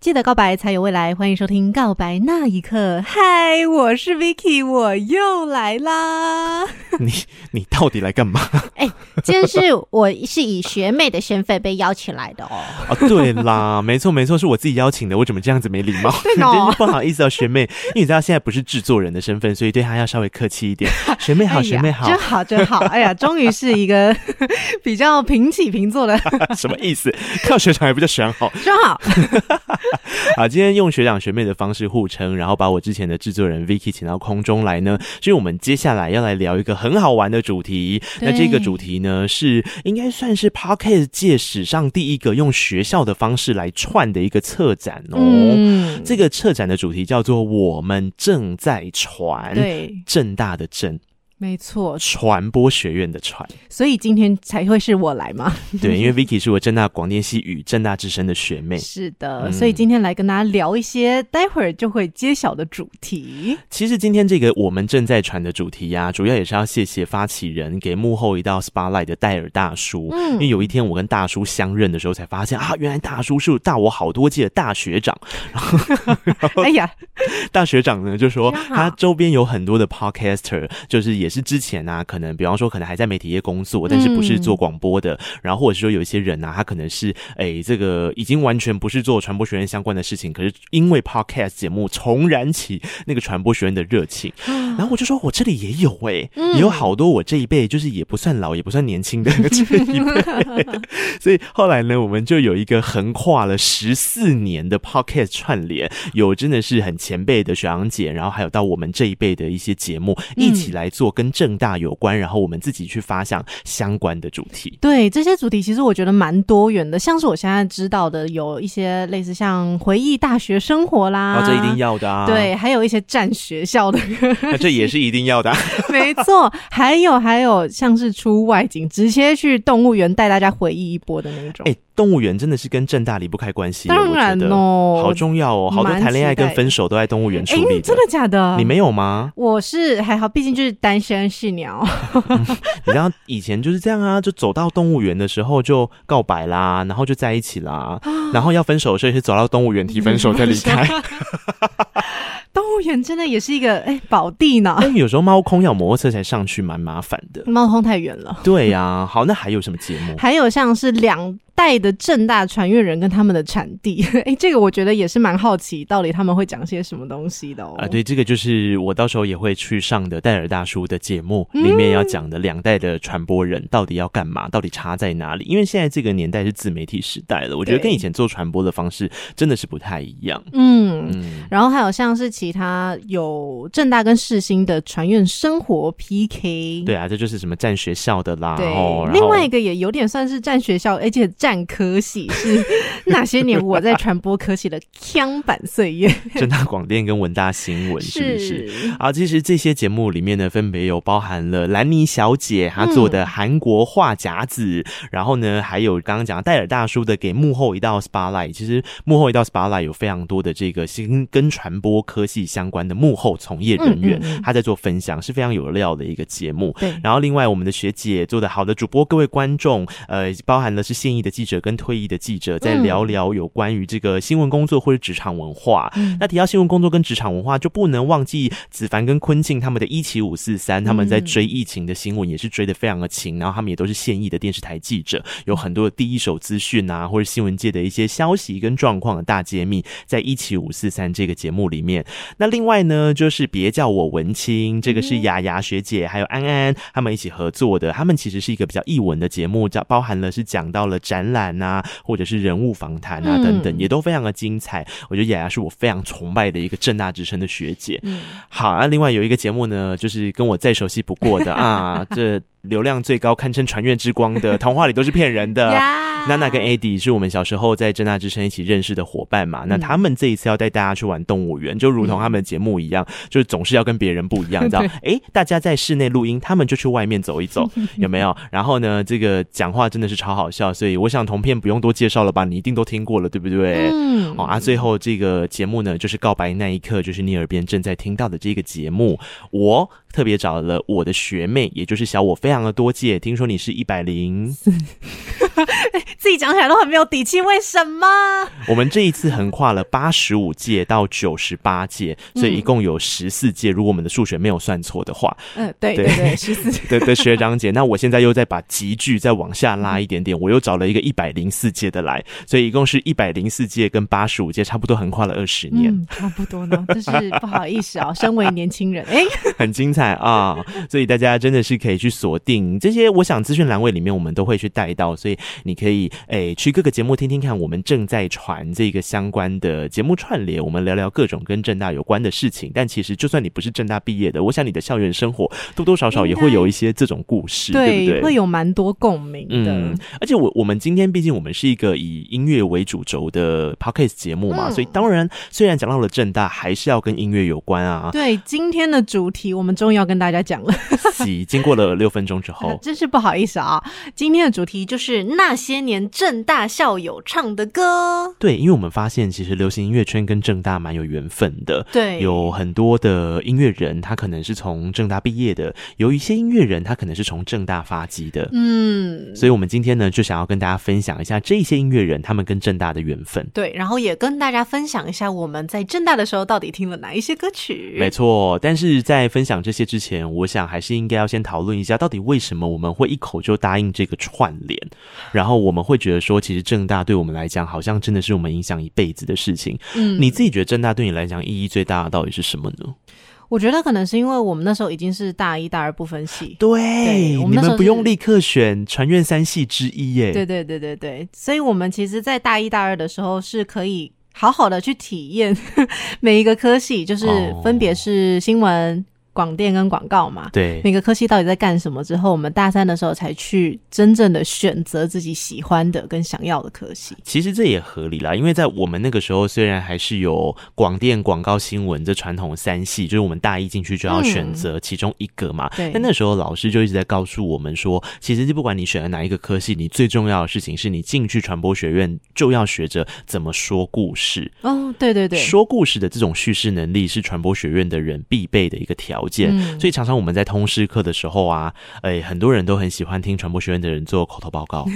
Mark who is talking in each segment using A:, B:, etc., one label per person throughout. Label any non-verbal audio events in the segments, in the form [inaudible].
A: 记得告白才有未来，欢迎收听《告白那一刻》。嗨，我是 Vicky，我又来啦。
B: [laughs] 你你到底来干嘛
C: 今天是我是以学妹的身份被邀请来的哦。
B: 啊？对啦， [laughs] 没错没错，是我自己邀请的，我怎么这样子没礼貌？
A: 对
B: [laughs] 真
A: 喏
B: 是不好意思哦，学妹，因为你知道现在不是制作人的身份，所以对她要稍微客气一点。学妹好，
A: 哎
B: 学妹好
A: 真，好真好。哎呀，终于是一个 [laughs] 比较平起平坐
B: [laughs]
A: 的，
B: [laughs] 什么意思？靠学长还不叫学长好？
A: 真好。
B: 啊，今天用学长学妹的方式互称，然后把我之前的制作人 Vicky 请到空中来呢，所以我们接下来要来聊一个很好玩的主题。那这
A: 对
B: 个主题呢，是应该算是 Podcast 界史上第一个用学校的方式来串的一个策展哦。
A: 嗯，
B: 这个策展的主题叫做“我们正在传”，
A: 对，
B: 正大的正，
A: 没错。
B: 传播学院的传。
A: 所以今天才会是我来嘛。
B: 对，因为 Vicky 是我正大广电系与正大之声的学妹。
A: 是的，
B: 嗯
A: 所以今天来跟大家聊一些待会儿就会揭晓的主题。
B: 其实今天这个我们正在传的主题呀、主要也是要谢谢发起人给幕后一道 spotlight 的戴尔大叔。
A: 嗯
B: 因哦为有一天我跟大叔相认的时候，才发现啊，原来大叔是大我好多届的大学长。
A: 哎呀，
B: 大学长呢就说
C: 真好
B: 他周边有很多的 podcaster，就是也是之前啊，可能比方说可能还在媒体业工作，但是不是做广播的，然后或者是说有一些人啊，他可能是诶这个已经完全不是做传播学院相关的事情，可是因为 podcast 节目重燃起那个传播学院的热情，然后我就说我这里也有诶、
A: 嗯
B: 也有好多我这一辈就是也不算老也不算年轻的这
A: 嗯
B: 一辈，
A: [laughs]
B: 所以后来呢，我们就有一个横跨了十四年的 podcast 串联，有真的是很前辈的学长姐，然后还有到我们这一辈的一些节目，一起来做跟正大有关，然后我们自己去发想相关的主题。
A: 对这些主题，其实我觉得蛮多元的。像是我现在知道的，有一些类似像回忆大学生活啦，
B: 啊，这一定、要的啊！
A: 对，，还有一些战学校的， [laughs]
B: 那这也是一定要的、啊。
A: 没错。还有还有像是出外景，直接去动物园带大家回忆一波的那种。
B: [laughs] 哎、动物园真的是跟正大离不开关系耶，
A: 当然
B: 我觉
A: 哦
B: 得好重要哦，好多
A: 蛮
B: 谈恋爱
A: 期待
B: 跟分手都在动物园处
A: 哎、
B: 理
A: 真的假的？
B: 你没有吗？
A: 我是还好，毕竟就是单身是鸟。
B: 你知道以前就是这样啊，就走到动物园的时候就告白啦，然后就在一起啦，然后要分手的时候也是走到动物园提分手再离开。
A: [laughs] 嗯
B: [laughs]
A: 动物园真的也是一个哎宝、地呢，
B: [laughs] 但有时候猫空要摩托车才上去，蛮麻烦的。
A: 猫空太远了。
B: 对呀、好，那还有什么节目？
A: 还有像是两代的正大传阅人跟他们的产地， [laughs] 哎、这个我觉得也是蛮好奇，到底他们会讲些什么东西的哦。
B: 啊、对，这个就是我到时候也会去上的戴尔大叔的节目，里面要讲的两代的传播人到底要干嘛，到底差在哪里？因为现在这个年代是自媒体时代了，我觉得
A: 对
B: 跟以前做传播的方式真的是不太一样。
A: 嗯，
B: 嗯，
A: 然后还有像是其他有正大跟世新的传院生活 PK，
B: 对啊，这就是什么占学校的啦，
A: 对
B: 哦然后
A: 另外一个也有点算是占学校，而且占科系
B: [laughs]
A: 是那些年我在传播科系的枪版岁月， [laughs]
B: 正大广电跟文大新闻 [laughs] 是不是？啊，其实这些节目里面呢，分别有包含了兰妮小姐她做的韩国画夹子，然后呢，还有刚刚讲戴尔大叔的给幕后一道 spotlight。其实幕后一道 spotlight 有非常多的这个新跟传播科系相关的幕后从业人员，
A: 嗯嗯嗯
B: 他在做分享，是非常有料的一个节目。
A: 对，
B: 然后，另外我们的学姐做的好的主播，各位观众，呃，包含了是现役的记者跟退役的记者，在聊聊有关于这个新闻工作或者职场文化。
A: 嗯
B: 那提到新闻工作跟职场文化，就不能忘记子凡跟坤庆他们的一期五四三，他们在追疫情的新闻也是追得非常的勤，然后他们也都是现役的电视台记者，有很多的第一手资讯啊，或者新闻界的一些消息跟状况的大揭秘，在一期五四三这个节目里面那另外呢，就是别叫我文青，这个是雅雅学姐还有安安他们一起合作的。他们其实是一个比较译文的节目，叫包含了是讲到了展览啊，或者是人物访谈啊
A: 嗯
B: 等等，也都非常的精彩。我觉得雅雅是我非常崇拜的一个正大之声的学姐。
A: 嗯
B: 好，那另外有一个节目呢，就是跟我再熟悉不过的 [laughs] 啊，这流量最高、堪称传阅之光的《童话里都是骗
A: [laughs]
B: 人的》。
A: 呀
B: 娜娜跟 AD 是我们小时候在正大之声一起认识的伙伴嘛，那他们这一次要带大家去玩动物园，就如同他们的节目一样，就是总是要跟别人不一样，这样。诶，大家在室内录音，他们就去外面走一
A: 嗯
B: 走，
A: [laughs]
B: 有没有？然后呢，这个讲话真的是超好笑，所以我想同片不用多介绍了吧，你一定都听过了，对不对？
A: 嗯
B: 哦啊，最后这个节目呢，就是告白那一刻，就是你耳边正在听到的这个节目。我特别找了我的学妹，也就是小我非常的多届。听说你是一百零，
C: 自己讲起来都很没有底气，为什么？
B: 我们这一次横跨了八十五届到九十八届，所以一共有十四届。如果我们的数学没有算错的话，
A: 嗯，对
B: 对
A: 对对，十
B: [laughs]
A: 四，
B: 的的学长姐，那我现在又再把集距再往下拉一点点，我又找了一个一百零四届的来，所以一共是一百零四届跟八十五届，差不多横跨了二十年，
A: 嗯，差不多呢。就是不好意思
B: [laughs]
A: 哦，身为年轻人，哎，
B: 很精彩啊！所以大家真的是可以去锁定这些，我想资讯栏位里面我们都会去带到，所以你可以诶、去各个节目听听看，我们正在传这个相关的节目串联，我们聊聊各种跟正大有关的事情。但其实就算你不是正大毕业的，我想你的校园生活多多少少也会有一些这种故事，对不对？
A: 会有蛮多共鸣
B: 嗯
A: 的。，
B: 而且我我们今天毕竟我们是一个以音乐为主轴的 podcast 节目嘛，
C: 嗯
B: 所以当然虽然讲到了正大，还是要跟音乐有关
A: [laughs]
B: 啊。
A: 对，今天的主题我们终于要跟大家讲了，，
B: 喜经过了六分钟之后
A: [laughs] 真是不好意思啊。今天的主题就
C: 就是是那些年正大校友唱的歌，
B: 对，因为我们发现其实流行音乐圈跟正大蛮有缘分的。
C: 对，
B: 有很多的音乐人，他可能是从正大毕业的；有一些音乐人，他可能是从正大发迹的。
C: 嗯，
B: 所以，我们今天呢，就想要跟大家分享一下这些音乐人他们跟正大的缘分。
C: 对，然后也跟大家分享一下我们在正大的时候到底听了哪一些歌曲。。
B: 没错，但是在分享这些之前，我想还是应该要先讨论一下，到底为什么我们会一口就答应这个串联，然后我们会觉得说，其实正大对我们来讲，好像真的是我们影响一辈子的事情。
A: 嗯
B: 你自己觉得正大对你来讲意义最大的到底是什么呢？
A: 我觉得可能是因为我们那时候已经是大一大二不分系，
B: 对，
A: 我们
B: 你
A: 那时候
B: 们不
A: 是
B: 用立刻选传院三系之一耶。
A: 对对对对对，所以我们其实，在大一大二的时候是可以好好的去体验 [laughs] 每一个科系，就是
B: 哦
A: 分别是新闻、广电跟广告嘛。
B: 对
A: 每个科系到底在干什么？之后我们大三的时候才去真正的选择自己喜欢的跟想要的科系。
B: 其实这也合理啦，因为在我们那个时候，虽然还是有广电、广告、新闻这传统三系，就是我们大一进去就要选择其中一个嘛。
A: 对
B: 但那时候老师就一直在告诉我们说，其实不管你选了哪一个科系，你最重要的事情是你进去传播学院就要学着怎么说故事。
A: 哦，对对对，
B: 说故事的这种叙事能力是传播学院的人必备的一个条
A: 嗯
B: 件。所以常常我们在通识课的时候啊，哎，很多人都很喜欢听传播学院的人做口头报告，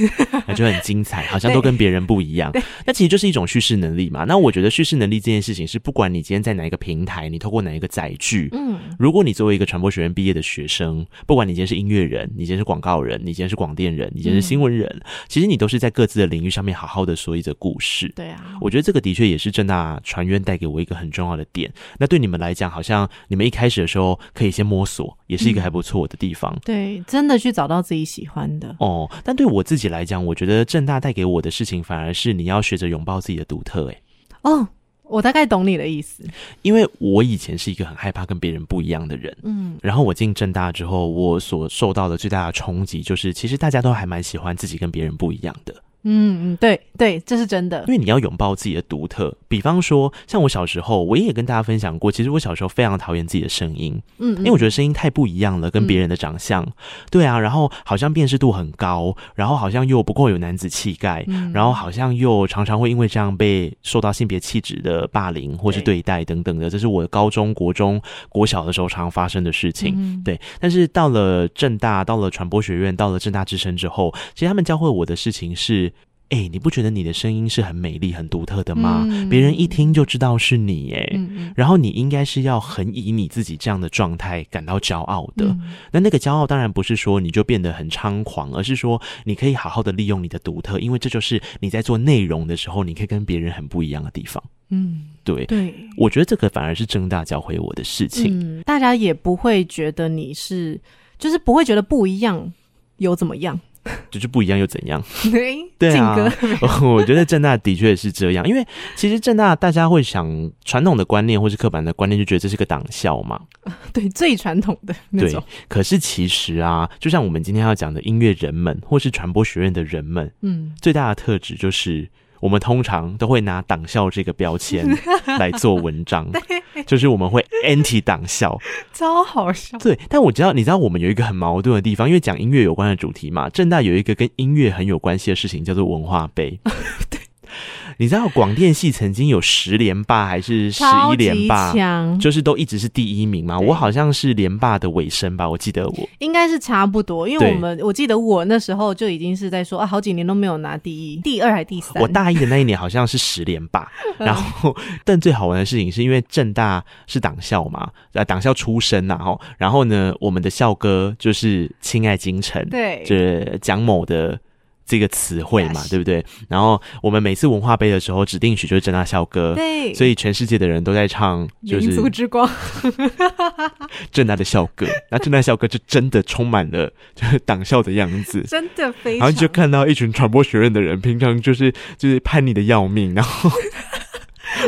B: 那就很精彩，好像都跟别人不一样。那其实就是一种叙事能力嘛。那我觉得叙事能力这件事情是，不管你今天在哪一个平台，你透过哪一个载具，
A: 嗯，
B: 如果你作为一个传播学院毕业的学生，不管你今天是音乐人，你今天是广告人，你今天是广电人，你今天是新闻人，其实你都是在各自的领域上面好好的说一则故事。
A: 对啊，
B: 我觉得这个的确也是正大传院带给我一个很重要的点。那对你们来讲，好像你们一开始的时候可以先摸索，也是一个还不错的地方。
A: 对，真的去找到自己喜欢的。
B: 哦，但对我自己来讲，我觉得正大带给我的事情，反而是你要学着拥抱自己的独特、欸。
A: 哦，我大概懂你的意思。
B: 因为我以前是一个很害怕跟别人不一样的人，
A: 嗯，
B: 然后我进正大之后，我所受到的最大的冲击就是，其实大家都还蛮喜欢自己跟别人不一样的。
A: 嗯嗯，对对，这是真的
B: 因。为你要拥抱自己的独特。比方说，像我小时候，我也跟大家分享过，其实我小时候非常讨厌自己的声音，
A: 嗯，
B: 因为我觉得声音太不一样了，跟别人的长相，对啊，然后好像辨识度很高，然后好像又不够有男子气概，
A: 嗯
B: 然后好像又常常会因为这样被受到性别气质的霸凌或是
A: 对
B: 对待等等的，这是我高中国中、国小的时候常常发生的事情。
A: 嗯
B: 对，但是到了正大，到了传播学院，到了正大之声之后，其实他们教会我的事情是。哎、你不觉得你的声音是很美丽、很独特的吗？
A: 嗯
B: 别人一听就知道是你、哎、
A: 嗯嗯
B: 然后你应该是要很以你自己这样的状态感到骄傲的。
A: 嗯
B: 那那个骄傲当然不是说你就变得很猖狂，而是说你可以好好的利用你的独特，因为这就是你在做内容的时候，你可以跟别人很不一样的地方。
A: 嗯，
B: 对，
A: 对，
B: 我觉得这个反而是正大教会我的事情。
A: 嗯，大家也不会觉得你是，就是不会觉得不一样有怎么
B: [laughs]
A: 样？
B: 就是不一样又怎样？
A: 对
B: 对啊
A: 靖哥，
B: [laughs] 我觉得正大的确是这样，因为其实正大大家会想传统的观念或是刻板的观念，就觉得这是个党校嘛。
A: [laughs] 对最传统的那
B: 对
A: 种，
B: 可是其实啊，就像我们今天要讲的音乐人们或是传播学院的人们，
A: 嗯，
B: 最大的特质就是。我们通常都会拿“党校”这个
A: [laughs]
B: 标签来做文章，就是我们会 anti 党校。
A: 超好笑。
B: 对，但我知道，你知道我们有一个很矛盾的地方，因为
A: [laughs]
B: 讲音乐有关的主题嘛，正大有一个跟音乐很有关系的事情叫做文化杯。你知道广电系曾经有十连霸还是十
A: 超
B: 一
A: 级
B: 连霸，
A: 强，
B: 就是都一直是第一名嘛。
A: 对
B: 我好像是连霸的尾声吧，我记得我
A: 应该是差不多，因为
B: 对
A: 我们我记得我那时候就已经是在说啊，好几年都没有拿第一、第二还第三。[laughs]
B: 我大一的那一年好像是十连霸。
A: 嗯
B: 然后，但最好玩的事情是因为正大是党校嘛， [laughs] 呃，党校出身呐、啊、吼。然后呢，我们的校歌就是《亲爱京城》，
A: 对
B: 就是蒋某的这个词汇嘛，
A: Yes
B: 对不对？然后我们每次文化杯的时候，指定曲就是正大校歌。
A: 对，
B: 所以全世界的人都在唱，就
A: 民
B: 是
A: 族之光，
B: 正大的校歌。 [laughs] 那正大校歌就真的充满了就是党校的样子，
A: 真的非
B: 然后
A: 常
B: 你就看到一群传播学院的人，平常就是就是叛逆的要命，然 [laughs] 后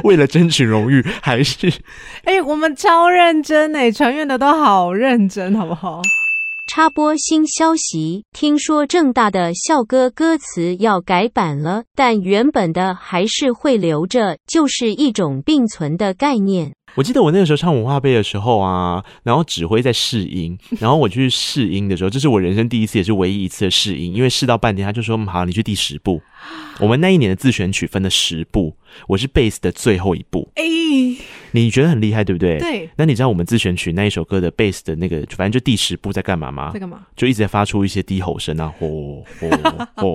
B: 为了争取荣誉，还是
A: 哎、我们超认真哎、传院的都好认真，好不好？
D: 插播新消息，听说正大的校歌歌词要改版了，但原本的还是会留着，就是一种并存的概念。
B: 我记得我那个时候唱文化杯的时候啊，然后指挥在试音，然后我去试音的时候，这是我人生第一次，也是唯一一次的试音，因为试到半天，他就说：“嗯，好，你去第十步。”我们那一年的自选曲分了十步，我是贝斯的最后一步，
A: 哎、
B: 你觉得很厉害，对不对？。
A: 对，
B: 那你知道我们自选曲那一首歌的贝斯的那个，反正就第十步在干嘛吗？
A: 在干嘛？
B: 就一直在发出一些低吼声啊，吼吼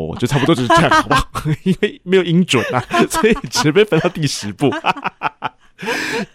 B: 吼， [laughs] 就差不多就是这样，好不好？ [laughs] 因为没有音准啊， [laughs] 所以只被分到第十步。 [laughs]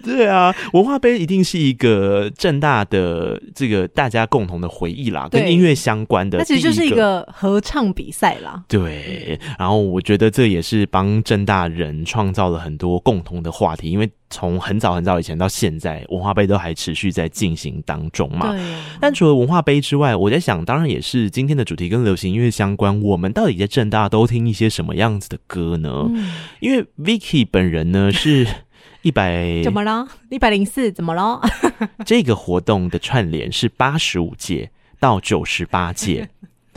B: 对啊，文化杯一定是一个正大的这个大家共同的回忆啦，跟
A: 对
B: 音乐相关的
A: 它其
B: 第，
A: 实就是一个合唱比赛啦。
B: 对，然后我觉得这也是帮正大人创造了很多共同的话题，因为从很早很早以前到现在，文化杯都还持续在进行当中嘛。
A: 对啊呀、
B: 但除了文化杯之外，我在想，当然也是今天的主题跟流行音乐相关。我们到底在正大都听一些什么样子的歌呢？
A: 嗯，
B: 因为 Vicky 本人呢是一百
A: 怎么了？一百零四怎么了？
B: 这个活动的串联是八十五届到九十八届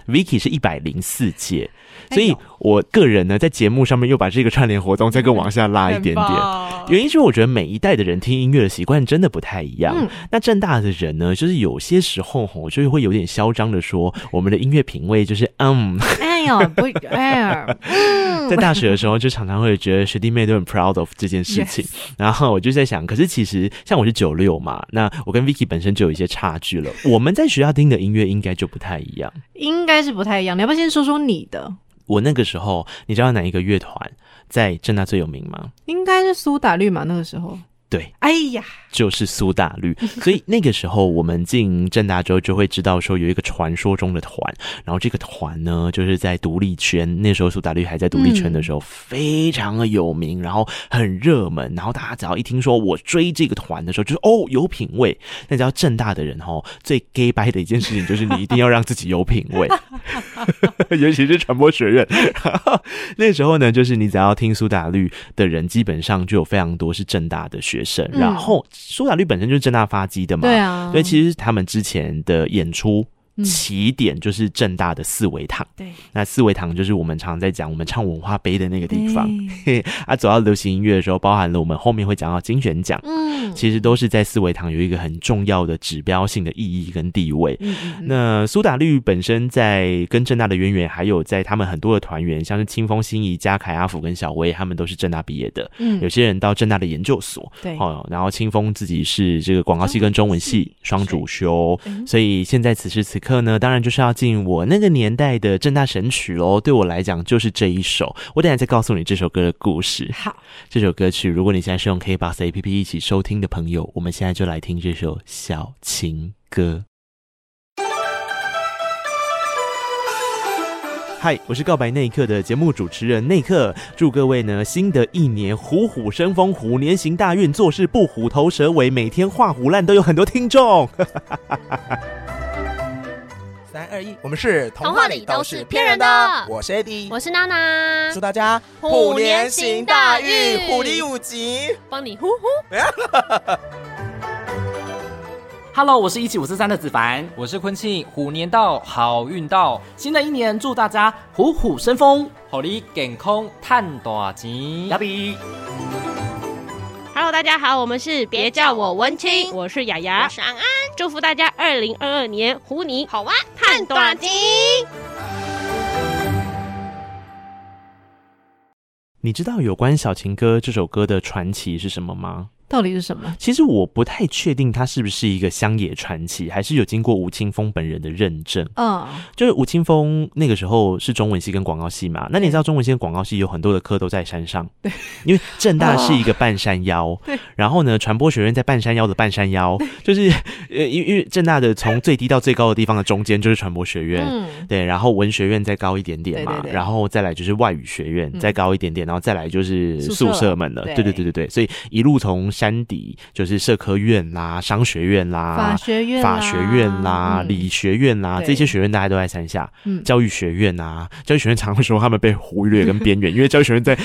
B: ，Vicky 是一百零四届， [laughs]
A: 哎
B: 所以我个人呢在节目上面又把这个串联活动再更往下拉一点点。
A: 点。
B: 原因是我觉得每一代的人听音乐的习惯真的不太一样。
A: 嗯
B: 那正大的人呢，就是有些时候吼，就是会有点嚣张的说，我们的音乐品味就是嗯，
A: 哎呦，
B: [laughs]
A: 不，哎嗯呀，
B: 在大学的时候就常常会觉得学弟妹都很 proud of 这件事情。然后我就在想，可是其实像我是九六嘛，那我跟 Vicky 本身就有一些差距了。我们在学校听的音乐应该就不太一样。
A: 应该是不太一样。你要不要先说说你的？
B: 我那个时候，你知道哪一个乐团在正大最有名吗？
A: 应该是苏打绿嘛，那个时候。
B: 对，
A: 哎呀，
B: 就是苏打绿，所以那个时候我们进正大之后就会知道说有一个传说中的团，然后这个团呢就是在独立圈那时候苏打绿还在独立圈的时候非常的有名，然后很热门，然后大家只要一听说我追这个团的时候，就是哦有品味。那只要正大的人哦，最 gay 掰的一件事情就是你一定要让自己有品味， [laughs] 尤其是传播学院。 [laughs] 然后那时候呢，就是你只要听苏打绿的人，基本上就有非常多是正大的学
A: 嗯
B: 生。然后哦苏打绿本身就是正大发迹的嘛，
A: 对啊，嗯
B: 所以其实他们之前的演出。起点就是正大的四维堂，
A: 对
B: 那四维堂就是我们常在讲我们唱文化杯的那个地方。
A: 对
B: 嘿，啊，走到流行音乐的时候，包含了我们后面会讲到金选奖，
A: 嗯
B: 其实都是在四维堂有一个很重要的指标性的意义跟地位。
A: 嗯嗯
B: 那苏打绿本身在跟正大的渊源，还有在他们很多的团员，像是清风、心仪、嘉凯、阿福跟小薇，他们都是正大毕业的。
A: 嗯
B: 有些人到正大的研究所，
A: 对，
B: 哦，然后清风自己是这个广告系跟中文系双主修，
A: 嗯
B: 所以现在此时此刻呢，当然就是要进我那个年代的正大神曲喽。对我来讲，就是这一首。我等一下再告诉你这首歌的故事。
A: 好，
B: 这首歌曲，如果你现在是用 KBox APP 一起收听的朋友，我们现在就来听这首小情歌。嗨，我是告白那一刻的节目主持人内克，祝各位呢新的一年虎虎生风，虎年行大运，做事不虎头蛇尾，每天画虎烂，都有很多听众。 [laughs]
E: 三二一，我们是
D: 童话里都是骗人的
E: 我是 AD，
D: 我是娜娜
E: 祝大家
D: 虎年行大运
E: 虎年五吉。
D: 帮你呼呼。
F: Hello，我是一七五四三的子凡。
G: 我是坤庆，虎年到，好运到，
F: 新的一年，祝大家虎虎生风。
G: 虎你健康探大钱。
F: 亚比，
H: Hello，大家好，我们是别叫我文青，我是雅雅，我是安安，祝福大家二零二二年虎年好啊，探短金。
B: 你知道有关《小情歌》这首歌的传奇是什么吗？
A: 到底是什么？
B: 其实我不太确定它是不是一个乡野传奇，还是有经过吴青峰本人的认证。
A: 嗯，
B: 就是吴青峰那个时候是中文系跟广告系嘛，那你也知道中文系跟广告系有很多的科都在山上，对，因为正大是一个半山腰，
A: [laughs]
B: 然后呢，传播学院在半山腰的半山腰，就是 [laughs] 呃，因为因为正大的从最低到最高的地方的中间就是传播学院，
A: 嗯，
B: 对，然后文学院再高一点点嘛，
A: 对对对
B: 然后再来就是外语学院、
A: 嗯
B: 再高一点点，然后再来就是
A: 宿
B: 宿
A: 舍
B: 舍们了。
A: 对
B: 对对对对对，所以一路从山底就是社科院啦、商学院
A: 法
B: 啦、
A: 学院啦、
B: 法学院啦、
A: 嗯
B: 理学院啦
A: 对
B: 这些学院，大家都在山下。
A: 嗯，
B: 教育学院啊，教育学院常常说他们被忽略跟
A: [laughs]
B: 边缘，因为教育学院
A: 哦
B: 在。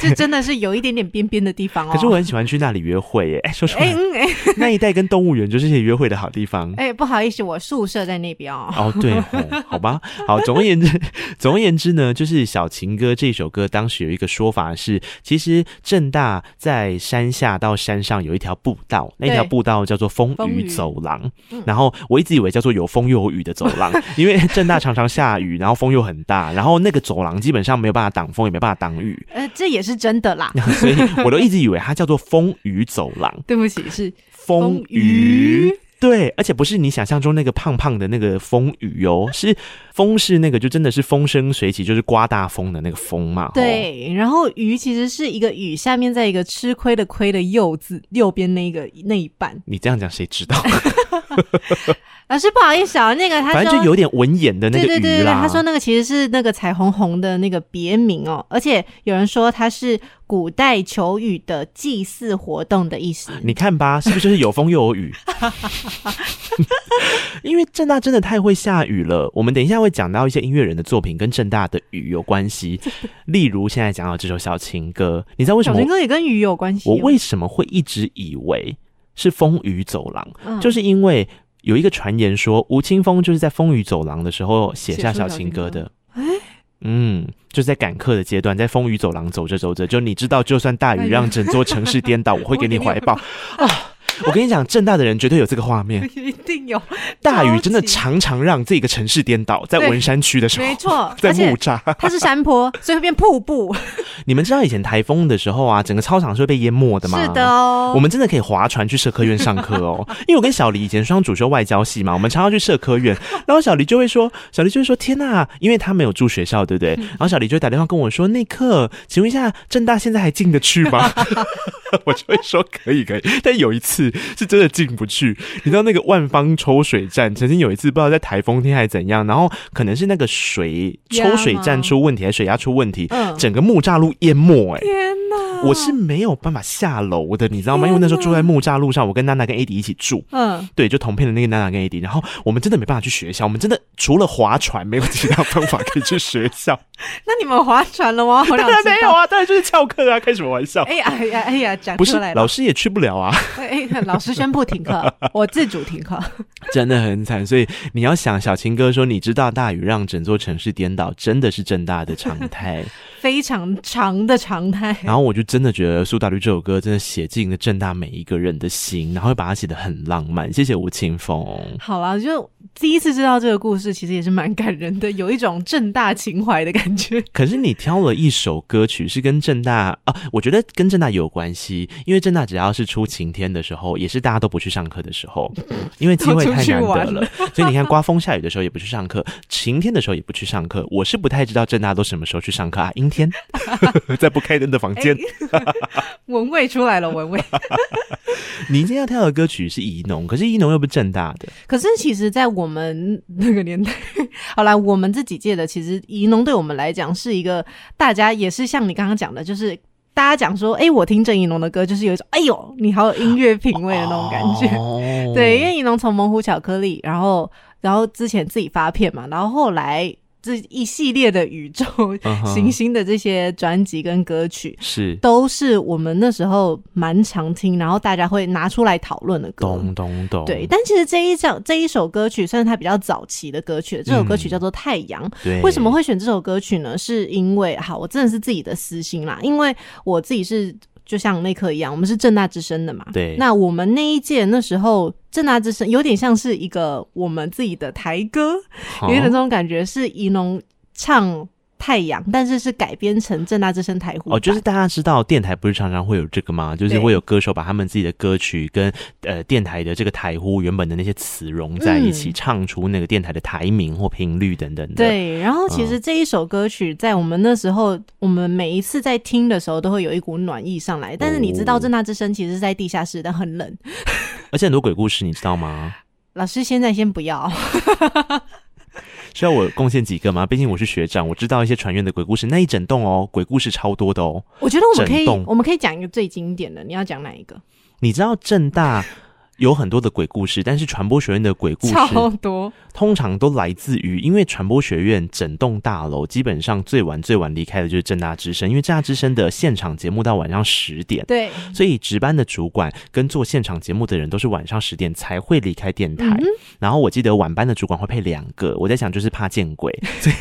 A: 这真的是有一点点边边的地方哦。
B: [laughs] 可是我很喜欢去那里约会耶，哎，说实
A: [laughs]
B: 话
A: 哎，嗯哎
B: 那一带跟动物园就是一些约会的好地方。
A: 哎，不好意思，我宿舍在那边哦。
B: 哦，对哦，好吧，好。总而言之， [laughs] 总而言之呢，就是《小情歌》这首歌，当时有一个说法是，其实正大在山下到山上有一条步道，那
A: 对
B: 条步道叫做风
A: 风
B: 雨
A: 雨嗯
B: 走廊。然后我一直以为叫做有风又有雨的走廊，因为正大常常下雨，然后风又很大，然后那个走廊基本上没有办法挡风，也没办法挡雨，
A: 呃，这也是真的
B: [laughs]
A: 啦。
B: 所以我都一直以为它叫做风雨走廊。
A: 对不起，是
B: 风雨。对，而且不是你想象中那个胖胖的那个风
A: [laughs]
B: 雨哦，是风是那个就真的是风生水起，就是刮大风的那个风嘛。哦，
A: 对，然后鱼其实是一个雨，下面在一个吃亏的亏的右字右边那一个那一半。
B: 你这样讲谁知道？
A: 老师不好意思啊，那 [laughs] 个他
B: 反正就
A: 说
B: 有点文言的那
A: 对
B: 个
A: 对对
B: 鱼
A: 对对，
B: 啦。
A: 他说那个其实是那个彩虹红的那个别名哦，而且有人说它是古代求雨的祭祀活动的意思。
B: 你看吧，是不是就是有风又
A: [laughs]
B: 有雨？因为正大真的太会下雨了。我们等一下会讲到一些音乐人的作品跟正大的雨有
A: [laughs]
B: 关系，例如现在讲到这首小情歌，你知道为什
A: 小
B: 么
A: 情歌也跟雨有关系哦、
B: 我为什么会一直以为是风雨走廊？
A: 嗯
B: 就是因为有一个传言说，吴青峰就是在风雨走廊的时候写下小情歌的。嗯，就是在赶课的阶段，在风雨走廊走着走着，就你知道，就算大
A: 哎呀
B: 雨让整座城市颠倒，我会给你怀抱啊！
A: 哎
B: 我跟你讲，正大的人绝对有这个画
A: [laughs]
B: 面，
A: [laughs] 一定有，
B: 大雨真的
A: 超级
B: 常常让这个城市颠倒，在
A: 对
B: 文山区的时候
A: 没，错，
B: 在
A: 而且
B: 木栅。 [laughs]
A: 它是山坡，所以会变瀑布。
B: 你们知道以前台风的时候啊，整个操场是会被淹没的吗？
A: 是的哦，
B: 我们真的可以划船去社科院上课哦， [laughs] 因为我跟小黎以前双主修外交系嘛，我们常常去社科院，然后小黎就会说，小黎就会说，天呐、因为他没有住学校，对
A: 嗯
B: 不对？然后小黎就会打电话跟我说，那课，请问一下，正大现在还进得去吗？
A: [laughs]
B: 我就会说可以可 [laughs] 以，但有一次是真的进不去，你知道那个万方抽水站曾经有一次不知道在台风天还是怎样，然后可能是那个水
A: 压吗
B: 抽水站出问题还是水压出问题，
A: 嗯
B: 整个木栅路淹没哎、
A: 天哪，
B: 我是没有办法下楼的，你知道吗？因为那时候住在木栅路上，我跟娜娜跟 AD 一起住，
A: 嗯，
B: 对，就同片的那个娜娜跟 AD，然后我们真的没办法去学校，我们真的除了划船没有其他方法可以去学 [laughs] 校，
A: 那你们划船了吗？我
B: 当
A: 想
B: 然
A: 知
B: 没有
A: 道。
B: 啊，当然就是翘课啊，开什么玩笑？
A: 哎呀哎呀哎呀，讲
B: 不
A: 出
B: 是
A: 来，了
B: 老。师也去不了啊，
A: 哎，哎老师宣布停
B: [laughs]
A: 课，我自主停课。
B: 真的很惨。所以你要想，小青哥说，你知道大雨让整座城市颠倒，真的是正大的常 [laughs] 态。
A: 非常长的常态。
B: 然后我就真的觉得《苏打绿》这首歌真的写进了正大每一个人的心，然后把它写得很浪漫。谢谢吴青峰。
A: 好啦，就第一次知道这个故事，其实也是蛮感人的，有一种正大情怀的感觉。
B: 可是你挑了一首歌曲是跟正大啊，我觉得跟正大有关系，因为正大只要是出晴天的时候，也是大家都不去上课的时候，因为机会太
A: 都出
B: 难
A: 去
B: 得
A: 玩
B: 了，所以你看刮风下雨的时候也不去上课，晴天的时候也不去上课。我是不太知道正大都什么时候去上课啊，阴天， [laughs] 在不开灯的房间。
A: [laughs] 文蔚哎出来了，文蔚。哎
B: 你今天要挑的歌曲是宜农，可是宜农又不是正大的，
A: 可是其实，在我们那个年代， [laughs] 好啦，我们这几届的，其实宜农对我们来讲是一个大家也是像你刚刚讲的，就是。大家讲说，哎、我听郑宜农的歌，就是有一种，哎呦，你好有音乐品味的那种感觉。
B: 哦
A: [laughs] 对，因为怡农从猛虎巧克力，然后然后之前自己发片嘛，然后后来这一系列的宇宙
B: [laughs] 嗯哼
A: 行星的这些专辑跟歌曲。
B: 是
A: 都是我们那时候蛮常听，然后大家会拿出来讨论的歌。
B: 咚咚咚，
A: 对，但其实这一首这一首歌曲算是它比较早期的歌曲了，这首歌曲
B: 嗯
A: 叫做《太阳》。
B: 对，
A: 为什么会选这首歌曲呢？是因为好，我真的是自己的私心啦，因为我自己是就像那刻一样，我们是正大之声的嘛。
B: 对
A: 那我们那一届那时候，正大之声有点像是一个我们自己的台歌，有
B: 好
A: 点这种感觉，是宜农唱。太阳，但是是改编成正大之声台呼版
B: 哦，就是大家知道电台不是常常会有这个吗？就是
A: 对
B: 会有歌手把他们自己的歌曲跟呃电台的这个台呼原本的那些词融在一起，
A: 嗯
B: 唱出那个电台的台名或频率等等的。，
A: 对，然后其
B: 嗯
A: 实这一首歌曲在我们那时候，我们每一次在听的时候，都会有一股暖意上来。但是你知道，
B: 哦
A: 正大之声其实是在地下室，但很冷。
B: 而且很多鬼故事你知道吗？
A: 老师现在先不要， [laughs]
B: 需要我贡献几个吗？毕竟我是学长，我知道一些船员的鬼故事，那一整栋哦，鬼故事超多的哦。
A: 我觉得我们可以
B: 震动，
A: 我们可以讲一个最经典的。你要讲哪一个？
B: 你知道正大有很多的鬼故事，但是传播学院的鬼故事
A: 超多，
B: 通常都来自于，因为传播学院整栋大楼基本上最晚最晚离开的就是正大之声，因为正大之声的现场节目到晚上十点。 [laughs]
A: 对，
B: 所以值班的主管跟做现场节目的人都是晚上十点才会离开电台。
A: 嗯哼
B: 然后我记得晚班的主管会配两个，我在想就是怕见鬼，
A: [laughs]
B: 所以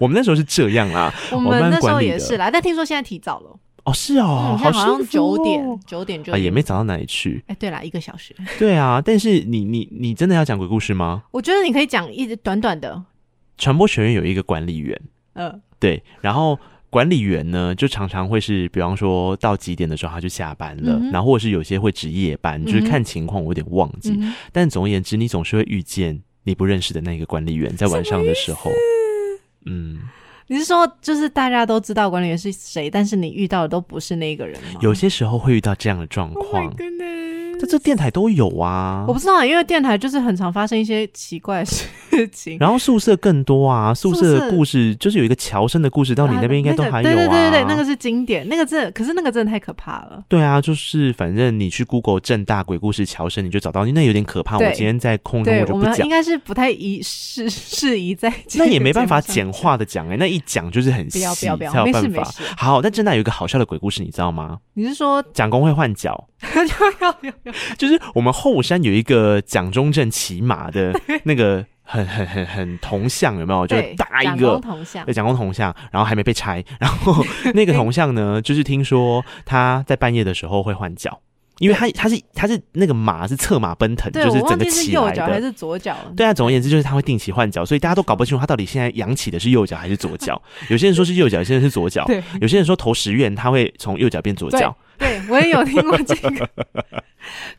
B: 我们那时候是这样啦。
A: 我
B: 我
A: 们
B: 们
A: 那时候
B: 管理
A: 也
B: 的
A: 是啦，但听说现在提早了，
B: 哦，是哦，
A: 嗯，
B: 好
A: 现在好像
B: 幸福
A: 九
B: 哦
A: 点，九点就
B: 啊，也没早到哪里去。
A: 哎，对啦，一个小时。
B: 对啊，但是你你你真的要讲鬼故事吗？
A: 我觉得你可以讲一直短短的，
B: 传播学院有一个管理员，
A: 呃，
B: 对，然后管理员呢，就常常会是，比方说到几点的时候他就下班了，
A: 嗯哼
B: 然后或者是有些会值夜班，就是
A: 嗯哼
B: 看情况，我有点忘记。
A: 嗯
B: 但总而言之，你总是会遇见你不认识的那个管理员，在晚上的时候，嗯，
A: 你是说就是大家都知道管理员是谁，但是你遇到的都不是那个人吗？
B: 有些时候会遇到这样的状
A: Oh my
B: 况。
A: goodness
B: 在这电台都有啊
A: 我，不知道，因为电台就是很常发生一些奇怪的事情。
B: 然后宿舍更多啊，宿
A: 宿
B: 舍
A: 舍
B: 的故事就是有一个乔生的故事，到你那边应该都还有啊。
A: 对对对对对，那个是经典，那个真的，可是那个真的太可怕了。
B: 对啊，就是反正你去 Google 正大鬼故事乔生，你就找到，那有点可怕。我
A: 对
B: 今天在空中
A: 对
B: 就
A: 我
B: 不
A: 们
B: 讲
A: 应，该是不太宜适适宜在这
B: 那
A: 个
B: 也没办法
A: 节目
B: 简
A: 上
B: 化的讲哎、那一讲就是很
A: 不
B: 细
A: 要不
B: 才
A: 要
B: 有
A: 不要
B: 办
A: 没事没
B: 法
A: 事。
B: 好，但正大有一个好笑的鬼故事，你知道吗？
A: 你是说 [laughs]
B: 蒋公会换脚，
A: 要要要
B: 就是我们后山有一个蒋中正骑
A: [laughs]
B: 马的那个很很很很铜像，有没有？就是
A: 对
B: 大一
A: 长
B: 个呃
A: 光。头像
B: 对，蒋公铜像，然后还没被拆，
A: [laughs]
B: 然后那个铜像呢，就是听说他在半夜的时候会换脚，因为他他是他是那个马是策马奔腾，
A: 对
B: 就是
A: 我
B: 整
A: 忘
B: 个
A: 记是
B: 起
A: 右
B: 来
A: 脚还
B: 的。
A: 是左脚。
B: 对啊，总而言之就是他会定期换脚，所以大家都搞不清楚他到底现在扬起的是右脚还是左脚。有些人说是右脚，有些人是左脚，
A: 对
B: 有些人说投十元他会从右脚变左脚。
A: 对，我也有听过这个。 [laughs]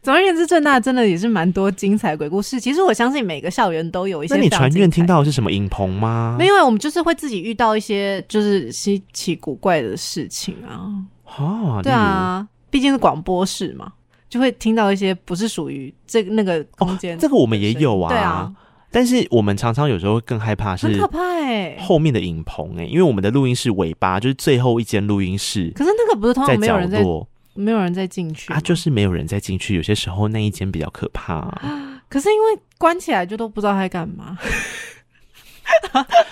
A: 总而言之，正大真的也是蛮多精彩鬼故事。其实我相信每个校园都有一些。
B: 那你传院听？到的是什么影棚吗？
A: 没有，啊我们就是会自己遇到一些就是稀奇古怪的事情啊。
B: 啊，
A: 对
B: 例如，
A: 啊，毕竟是广播室嘛，就会听到一些不是属于这个那个空间、
B: 哦这个我们也有啊
A: 对啊，
B: 但是我们常常有时候会更害怕
A: 很
B: 是
A: 可怕哎、
B: 后面的影棚哎、因为我们的录音室尾巴就是最后一间录音室
A: 可是那个不是通
B: 在
A: 常没有
B: 角
A: 人在，
B: 落
A: 没有人在进去。
B: 啊，就是是没有人再进去，有些时候那一间比较可怕、
A: [laughs] 可是因为关起来就都不知道他在干嘛。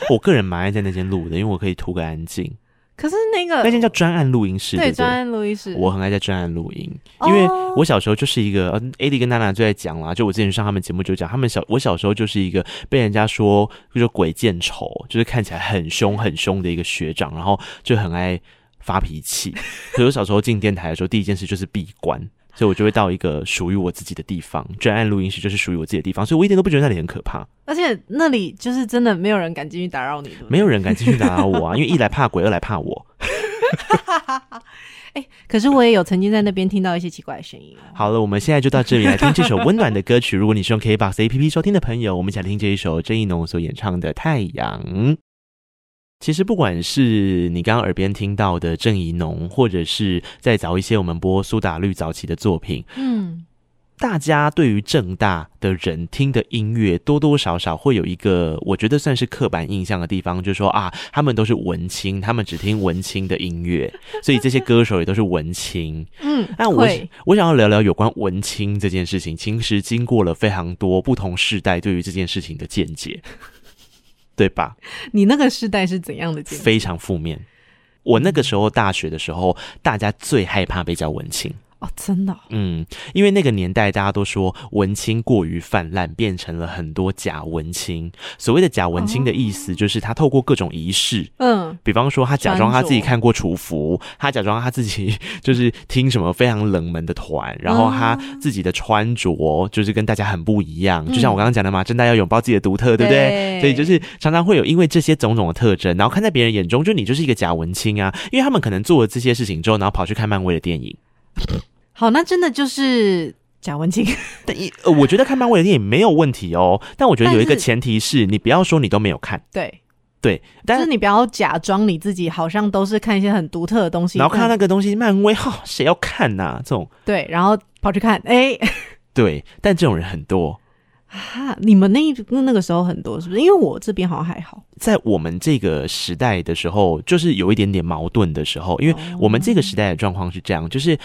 B: 我个人蛮爱在那间录的，因为我可以图个安静。
A: 可是那个
B: 那间叫专案录音室，
A: 呃
B: 对
A: 对
B: 不
A: 专
B: 对？
A: 案路易斯，
B: 我很爱在专案录音，
A: 哦
B: 因为我小时候就是一个、呃、，AD 跟娜娜最爱讲啦，就我之前上他们节目就讲，他们小我小时候就是一个被人家说就是鬼见愁，就是看起来很凶很凶的一个学长，然后就很爱发脾气。 [laughs] 所以我小时候进电台的时候，第一件事就是闭关。所以我就会到一个属于我自己的地方，专案录音室就是属于我自己的地方，所以我一点都不觉得那里很可怕，
A: 而且那里就是真的没有人敢进去打扰你，对不对 [laughs]
B: 没有。人敢进去打扰我啊，因为一来怕鬼，二来怕我。
A: 哎可是我也有曾经在那边听到一些奇怪的声音哦。
B: 好了，我们现在就到这里来听这首温暖的歌曲。如果你是用 KBox APP 收听的朋友，我们一起来听这一首郑一农所演唱的《太阳》。其实，不管是你刚刚耳边听到的郑怡农，或者是再早一些我们播苏打绿早期的作品，
A: 嗯，
B: 大家对于正大的人听的音乐，多多少少会有一个，我觉得算是刻板印象的地方，就是说啊，他们都是文青，他们只听文青的音乐，所以这些歌手也都是文青。
A: 嗯，
B: 那我
A: 会
B: 我想要聊聊有关文青这件事情，其实经过了非常多不同世代对于这件事情的见解， [laughs] 对吧？
A: 你那个时代是怎样的节目？
B: 非常负面。我那个时候大学的时候，大家最害怕被叫文青，
A: [laughs] 哦，真的哦、
B: 嗯，因为那个年代大家都说文青过于泛滥，变成了很多假文青。所谓的假文青的意思，就是他透过各种仪式。
A: 嗯，
B: 比方说，他假装他自己
A: 穿着
B: 看过《楚服》，他假装他自己 [laughs] 就是听什么非常冷门的团，然后他自己的穿着就是跟大家很不一样。就像我刚刚讲的嘛，真的要拥抱自己的独特，对不对？
A: 嗯对
B: 所以就是常常会有因为这些种种的特征，然后看在别人眼中，就你就是一个假文青啊，因为他们可能做了这些事情之后，然后跑去看漫威的电影。
A: 好，那真的就是贾文清，
B: 但一呃，我觉得看漫威的电影没有问题哦，但我觉得有一个
A: 但是
B: 前提是你不要说你都没有看，
A: [laughs] 对，
B: 对，
A: 就
B: 但
A: 是你不要假装你自己好像都是看一些很独特的东西，
B: 然后看到那
A: 嗯
B: 个东西，漫威哈、谁要看呐、啊这种
A: 对，然后跑去看，哎、
B: 对，但这种人很多，
A: 啊，你们那一那那个时候很多是不是？因为我这边好像还好，
B: 在我们这个时代的时候，就是有一点点矛盾的时候，因为我们这个时代的状况是这样，就是。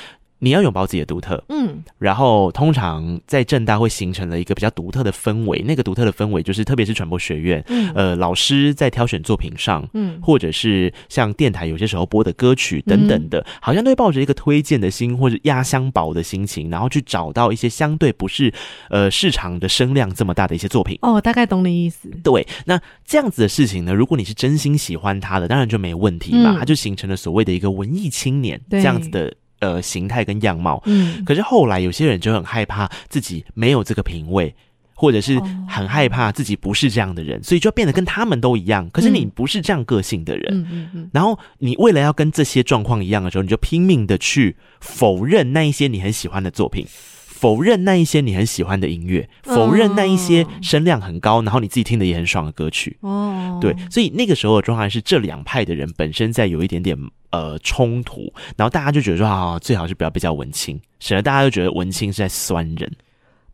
B: 你要拥抱自己的独特，
A: 嗯，
B: 然后通常在正大会形成了一个比较独特的氛围。那个独特的氛围就是，特别是传播学院，
A: 嗯
B: 呃，老师在挑选作品上，
A: 嗯，
B: 或者是像电台有些时候播的歌曲等等的，好像都会抱着一个推荐的心或者压箱宝的心情，然后去找到一些相对不是呃市场的声量这么大的一些作品。
A: 哦，我大概懂你意思，
B: 对，那这样子的事情呢，如果你是真心喜欢他的，当然就没问题嘛，
A: 嗯
B: 它就形成了所谓的一个文艺青年这
A: 对
B: 样子的呃形态跟样貌。
A: 嗯，
B: 可是后来有些人就很害怕自己没有这个品味。或者是
A: 哦
B: 很害怕自己不是这样的人，所以就变得跟他们都一样。可是你
A: 嗯
B: 不是这样个性的人，
A: 嗯嗯嗯，
B: 然后你为了要跟这些状况一样的时候，你就拼命的去否认那一些你很喜欢的作品，否认那一些你很喜欢的音乐，否认那一些声量很高，然后你自己听的也很爽的歌曲。
A: 哦，
B: 对，所以那个时候的状态是这两派的人本身在有一点点呃冲突，然后大家就觉得说啊，最好是不要被叫文青，省得大家就觉得文青是在酸人。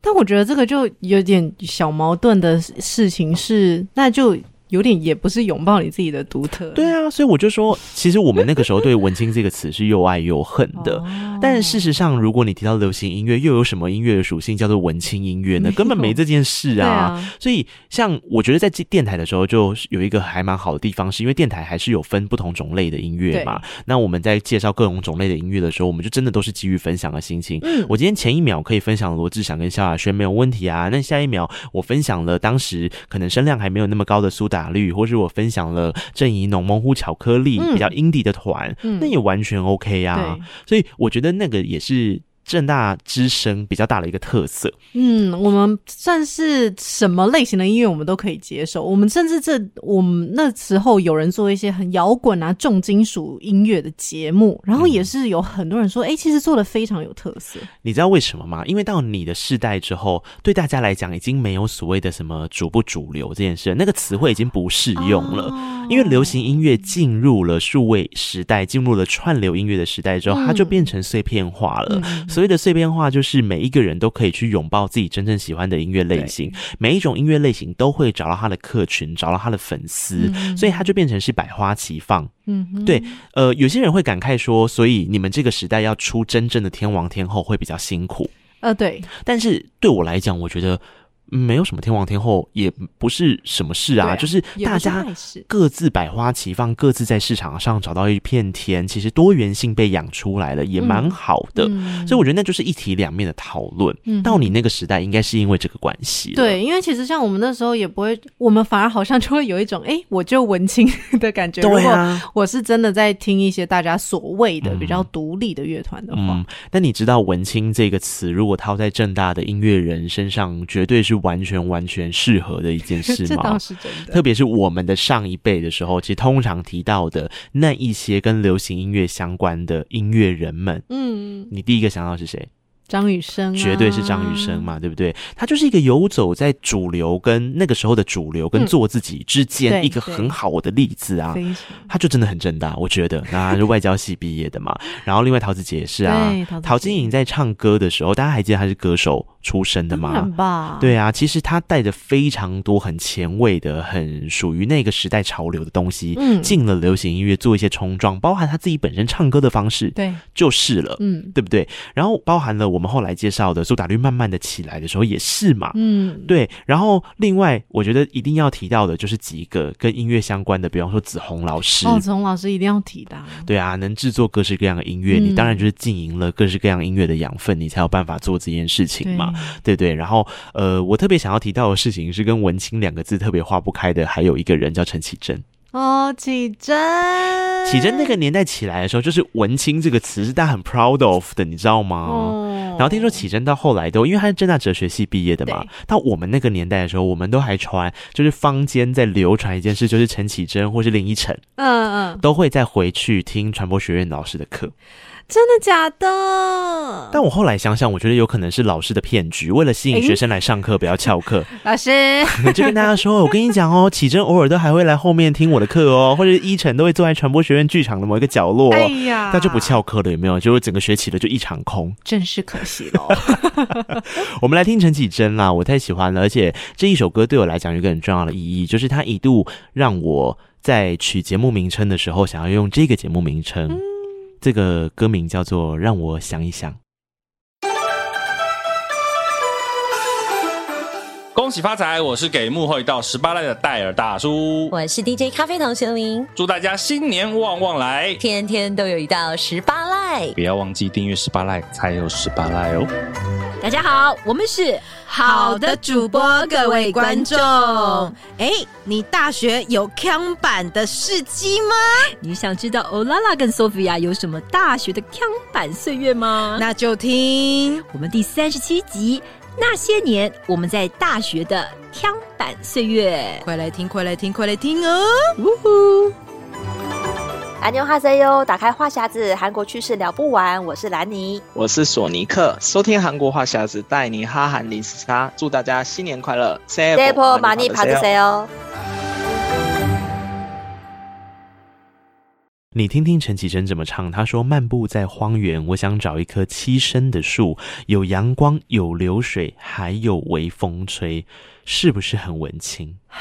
A: 但我觉得这个就有点小矛盾的事情是，那就有点也不是拥抱你自己的独特。
B: 对啊，所以我就说，其实我们那个时候对文青这个词是又爱又恨
A: 哦，
B: 的。但事实上，如果你提到流行音乐，又有什么音乐的属性叫做文青音乐
A: [laughs]
B: 呢？根本没这件事
A: 对
B: 啊。
A: 啊，
B: 所以，像我觉得在电台的时候，就有一个还蛮好的地方，是因为电台还是有分不同种类的音乐嘛。那我们在介绍各种种类的音乐的时候，我们就真的都是基于分享的心情。
A: 嗯，
B: 我今天前一秒可以分享罗志祥跟萧亚轩没有问题啊，那下一秒我分享了当时可能声量还没有那么高的苏打绿，或是我分享了郑怡农猛虎巧克力、
A: 嗯
B: 比较 indie 的团，
A: 嗯
B: 那也完全 OK 啊。所以我觉得那个也是正大之声比较大的一个特色。
A: 嗯，我们算是什么类型的音乐我们都可以接受，我们甚至这我们那时候有人做一些很摇滚啊、重金属音乐的节目，然后也是有很多人说，哎、其实做的非常有特色。
B: 你知道为什么吗？因为到你的世代之后，对大家来讲已经没有所谓的什么主不主流这件事，那个词汇已经不
A: 嗯
B: 适用了。
A: 哦
B: 因为流行音乐进入了数位时代，进入了串流音乐的时代之后，它就变成碎片化了。
A: 嗯
B: 所谓的碎片化，就是每一个人都可以去拥抱自己真正喜欢的音乐类型，每一种音乐类型都会找到他的客群，找到他的粉丝，所以它就变成是百花齐放。
A: 嗯哼，
B: 对，呃，有些人会感慨说，所以你们这个时代要出真正的天王天后会比较辛苦。
A: 呃，对，
B: 但是对我来讲，我觉得嗯没有什么天王天后，也不是什么事啊，
A: 对啊
B: 就是
A: 也
B: 大
A: 不是
B: 家
A: 坏事
B: 各自百花齐放，各自在市场上找到一片天，其实多元性被养出来了，也蛮好的。
A: 嗯
B: 所以我觉得那就是一体两面的讨论。
A: 嗯
B: 到你那个时代，应该是因为这个关系。，
A: 对，因为其实像我们那时候也不会，我们反而好像就会有一种，哎、我就文青 [laughs] 的感觉。
B: 对
A: 如
B: 啊。
A: 果我是真的在听一些大家所谓的
B: 嗯
A: 比较独立的乐团的话，
B: 嗯，
A: [laughs]
B: 那你知道“文青”这个词，如果套在正大的音乐人身上，绝对是完全完全适合的一件事
A: [laughs]
B: 吗？
A: 这倒是真的。
B: 特别是我们的上一辈的时候，其实通常提到的那一些跟流行音乐相关的音乐人们，
A: 嗯，
B: 你第一个想到是谁？
A: 张雨生、啊
B: 绝对是张雨生。嘛，对不对？他就是一个游走在主流跟那个时候的主流跟
A: 嗯
B: 做自己之间
A: 对
B: 一个
A: 对
B: 很好的例子啊。
A: 非常 [laughs]
B: 他就真的很正大，我觉得。那他是外交系毕业的嘛，然后另外陶子姐也是啊
A: 对陶。子
B: 陶晶
A: 姐
B: 莹在唱歌的时候，大家还记得她是歌手出身的吗？
A: 当然吧？，
B: 对啊，其实它带着非常多很前卫的、很属于那个时代潮流的东西，
A: 嗯
B: 进了流行音乐做一些冲撞，包含他自己本身唱歌的方式
A: 对，
B: 就是了，
A: 嗯，
B: 对不对？然后包含了我我们后来介绍的苏打绿慢慢的起来的时候也是嘛。
A: 嗯，
B: 对，然后另外我觉得一定要提到的就是几个跟音乐相关的，比方说子红老师，
A: 哦，丛老师一定要提的啊、
B: 对啊，能制作各式各样的音乐，你
A: 嗯
B: 当然就是经营了各式各样音乐的养分，你才有办法做这件事情嘛，对对。然后呃，我特别想要提到的事情是跟文青两个字特别划不开的，还有一个人叫陈绮贞。
A: 对，哦，启真，
B: 启真那个年代起来的时候，就是文青这个词是大家很 proud of 的，你知道吗？
A: 哦，
B: 然后听说启真到后来都，因为他是正大哲学系毕业的嘛
A: 对，
B: 到我们那个年代的时候，我们都还传，就是坊间在流传一件事，就是陈启真或是林依晨
A: 嗯嗯，
B: 都会再回去听传播学院老师的课。
A: 真的假的？
B: 但我后来想想，我觉得有可能是老师的骗局，为了吸引
A: 诶
B: 学生来上课，不要翘课， [laughs]
A: 老师，
B: 就跟大家说，我跟你讲哦， [laughs] 启真偶尔都还会来后面听我的课哦，或者依晨都会坐在传播学院剧场的某一个角落、哦。
A: 哎呀，
B: 他就不，翘课了，有没有？就是整个学期的就一场空。
A: 真是可惜 [laughs] 喽。
B: 我们来听陈绮贞啦，我太喜欢了，而且这一首歌对我来讲有一个很重要的意义，就是它一度让我在取节目名称的时候，想要用这个节目名称。
A: 嗯
B: 这个歌名叫做《让我想一想》。
I: 恭喜发财！我是给幕后一道十八赖的戴尔大叔，
J: 我是 DJ 咖啡糖玄灵，
I: 祝大家新年旺旺来！
J: 天天都有一道十八赖。
I: 不要忘记订阅十八赖，才有十八赖哦。
J: 大家好，我们是
K: 好的，主播，各位观众，哎，你大学有康版的事迹吗？
J: 你想知道欧拉拉跟 Sophia 有什么大学的康版岁月吗？
K: 那就听
J: 我们第三十七集《那些年我们在大学的康版岁月
K: 快来听，快来听，快来听哦！
L: 安妞哈塞哟，打开话匣子，韩国趣事聊不完。我是兰妮，
E: 我是索尼克，收听韩国话匣子带你哈韩零时差，祝大家新年快乐 s a
L: 这波马尼帕特塞哟。
B: 你听听陈绮贞怎么唱，她说：“漫步在荒原，我想找一棵栖身的树，有阳光，有流水，还有微风吹，是不是很文
A: [laughs]
B: 青？”
A: 哦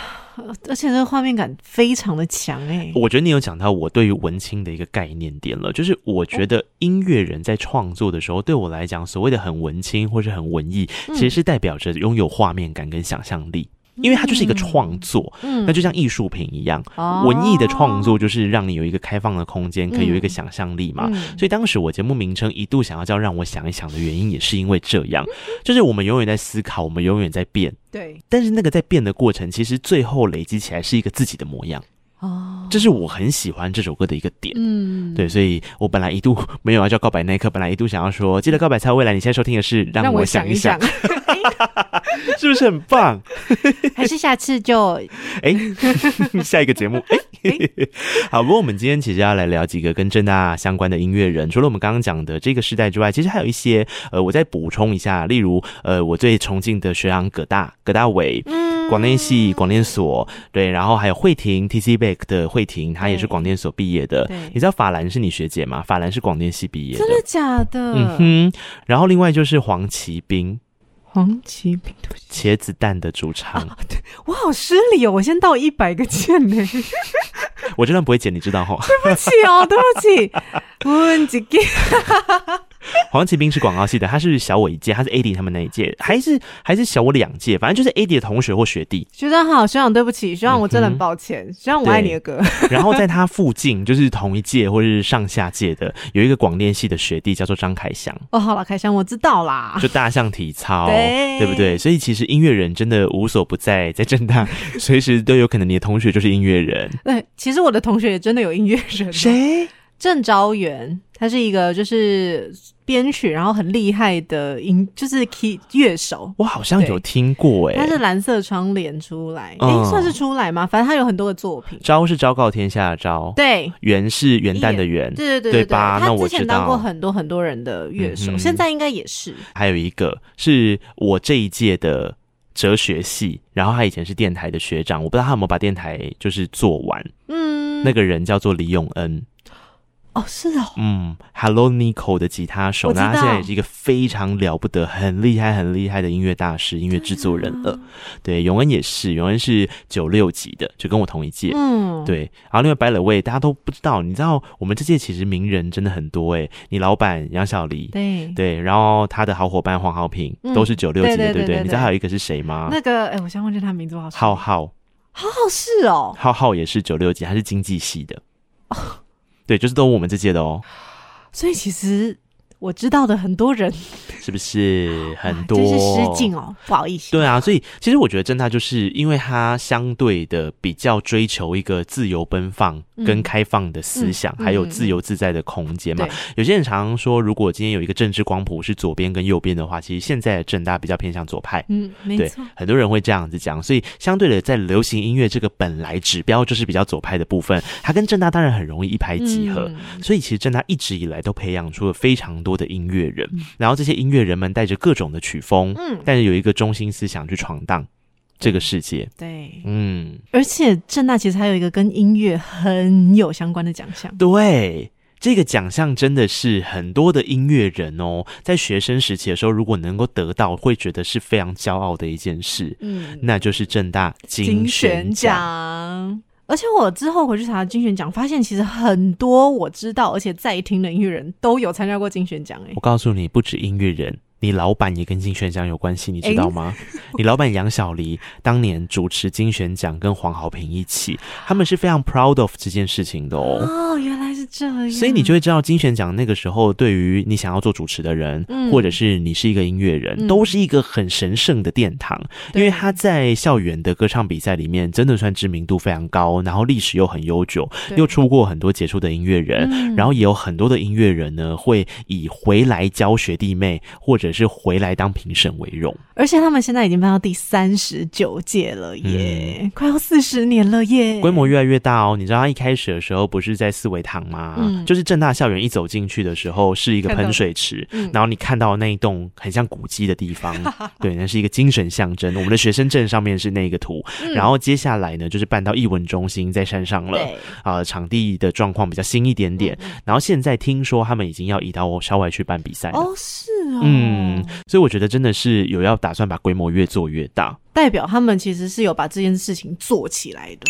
A: 而且这个画面感非常的强哎、
B: 我觉得你有讲到我对于文青的一个概念点了，就是我觉得音乐人在创作的时候，对我来讲，所谓的很文青或是很文艺，
A: 嗯
B: 其实是代表着拥有画面感跟想象力。因为它就是一个创作，
A: 嗯
B: 那就像艺术品一样，
A: 哦
B: 文艺的创作就是让你有一个开放的空间，可以有一个
A: 嗯
B: 想象力嘛。
A: 嗯
B: 所以当时我节目名称一度想要叫“让我想一想”的原因，也是因为这样，就是我们永远在思考，我们永远在变，
A: 对
B: 但是那个在变的过程，其实最后累积起来是一个自己的模样，
A: 哦，
B: 这是我很喜欢这首歌的一个点。
A: 嗯，
B: 对，所以我本来一度没有要叫告白那一刻，本来一度想要说，记得告白才有未来。你现在收听的是，
A: 让
B: 我
A: 想
B: 一
A: 想，
B: [laughs] 是不是很棒？
A: 还是下次就
B: 哎、 [laughs] 下一个节目，哎、 [laughs] 好。不过我们今天其实要来聊几个跟正大相关的音乐人，除了我们刚刚讲的这个时代之外，其实还有一些，呃，我再补充一下，例如，呃，我最崇敬的学长葛大葛大伟，嗯，广电系广电所，对，然后还有慧婷 T C Beck 的慧婷，她也是
A: 对
B: 广电所毕业的
A: 对。
B: 你知道法兰是你学姐吗？法兰是广电系毕业的
A: 真。的假的？
B: 嗯哼，然后另外就是黄奇兵，
A: 黄奇平，对不起，
B: 茄子蛋的主唱，
A: 哦我好失礼哦，我先到一百个键
B: [laughs]
A: 呢，对
B: 我这段不会剪，你知道吼？
A: 不起哦，对不起，问几个，
B: 黄奇兵是广告系的，他是小我一届，他是 AD 他们那一届，还是还是小我两届，反正就是 AD 的同学或
A: [laughs]
B: 学弟。
A: 学长好，学长对不起，学长我真的
B: 嗯哼
A: 很抱歉，学长我爱你的歌，
B: 然后在他附近，就是同一届或是上下届的，有一个广电系的学弟叫做张凯翔。
A: 哦，好了，开箱我知道啦， [laughs]
B: 就大象体操，
A: 啊对
B: 不对？所以其实音乐人真的无所不在，在
A: [laughs]
B: 正大随时都有可能你的同学就是音乐人。
A: 对，哎其实我的同学也真的有音乐人，？啊
B: 谁？
A: 郑昭元，他是一个就是编曲，然后很厉害的音，就是 key 乐手。
B: 我好像
A: 对
B: 有听过哎、
A: 他是蓝色窗帘出来，哎、
B: 嗯
A: 算是出来吗？反正他有很多的作品。
B: 昭是昭告天下的昭，
A: 对，
B: 元是元旦的元，
A: 对对对
B: 对
A: 对
B: 吧那
A: 他
B: 我
A: 之
B: 知
A: 前
B: 道
A: 当过很多很多人的乐手，
B: 嗯哼
A: 现在应该也是。
B: 还有一个是我这一届的哲学系，然后他以前是电台的学长，我不知道他有没有把电台就是做完。
A: 嗯，
B: 那个人叫做李永恩，
A: 哦，是哦，
B: 嗯，Hello Nico 的吉他手，
A: 我知
B: 那他
A: 道
B: 现在也是一个非常了不得、很厉害、很厉害的音乐大师、音乐制作
A: 嗯
B: 人了。对，永恩也是，永恩是九六级的，就跟我同一届。
A: 嗯
B: 对。然后另外白了位，大家都不知道，你知道我们这届其实名人真的很多诶、你老板杨小黎，
A: 对
B: 对，然后他的好伙伴黄浩平、
A: 嗯
B: 都是九六级的，
A: 对对
B: 对
A: 对
B: 不
A: 对
B: 你知道还有一个是谁吗？
A: 那个，哎、我先忘记他名字，我好
B: 浩浩。
A: 好好是哦，
B: 浩浩也是九六级，他是经济系的。对，就是都我们这届的哦，
A: 所以其实我知道的很多人
B: 是不是很多？
A: 真是失敬。哦，不好意思。
B: 对啊，所以其实我觉得正大就是因为它相对的比较追求一个自由奔放
A: 嗯
B: 跟开放的思想，
A: 嗯嗯
B: 还有
A: 嗯
B: 自由自在的空间嘛
A: 对。
B: 有些人常常说，如果今天有一个政治光谱是左边跟右边的话，其实现在的正大比较偏向左派。
A: 嗯，没
B: 对
A: 错。，
B: 很多人会这样子讲，所以相对的，在流行音乐这个本来指标就是比较左派的部分，它跟正大当然很容易一拍即合。
A: 嗯
B: 所以其实正大一直以来都培养出了非常多的音乐人，然后这些音乐人们带着各种的曲风，
A: 嗯
B: 但是有一个中心思想去闯荡这个世界。
A: 对，
B: 嗯，
A: 而且正大其实还有一个跟音乐很有相关的奖项，
B: 对。这个奖项真的是很多的音乐人哦，在学生时期的时候，如果能够得到，会觉得是非常骄傲的一件事。
A: 嗯，
B: 那就是正大
A: 金
B: 金
A: 选
B: 选奖。
A: 奖。而且我之后回去查金选奖，发现其实很多我知道而且在听的音乐人都有参加过金选奖、欸，
B: 我告诉你，不止音乐人，你老板也跟金选奖有关系，你知道吗？ [laughs] 你老板杨小黎当年主持金选奖，跟黄豪平一起，他们是非常 proud of 这件事情的哦。
A: 哦，原来是这样，
B: 所以你就会知道，金选奖那个时候，对于你想要做主持的人，
A: 嗯
B: 或者是你是一个音乐人，
A: 嗯
B: 都是一个很神圣的殿堂，因为他在校园的歌唱比赛里面，真的算知名度非常高，然后历史又很悠久，
A: 对
B: 又出过很多杰出的音乐人，
A: 嗯
B: 然后也有很多的音乐人呢，会以回来教学弟妹，或者是回来当评审为荣。
A: 而且他们现在已经搬到第三十九届了耶，快要四十年了耶，
B: 嗯规模越来越大哦。你知道他一开始的时候不是在四维堂吗？
A: 嗯
B: 就是正大校园一走进去的时候是一个
A: 看到
B: 喷水池，
A: 嗯
B: 然后你看到那一栋很像古迹的
A: [laughs]
B: 地方，对，那是一个精神象征。我们的学生证上面是那个图，
A: 嗯
B: 然后接下来呢就是办到艺文中心在山上了
A: 对，
B: 啊、场地的状况比较新一点点。
A: 嗯
B: 然后现在听说他们已经要移到校外去办比赛了。
A: 哦，是哦，
B: 嗯，所以我觉得真的是有要打算把规模越做越大。
A: 代表他们其实是有把这件事情做起来的。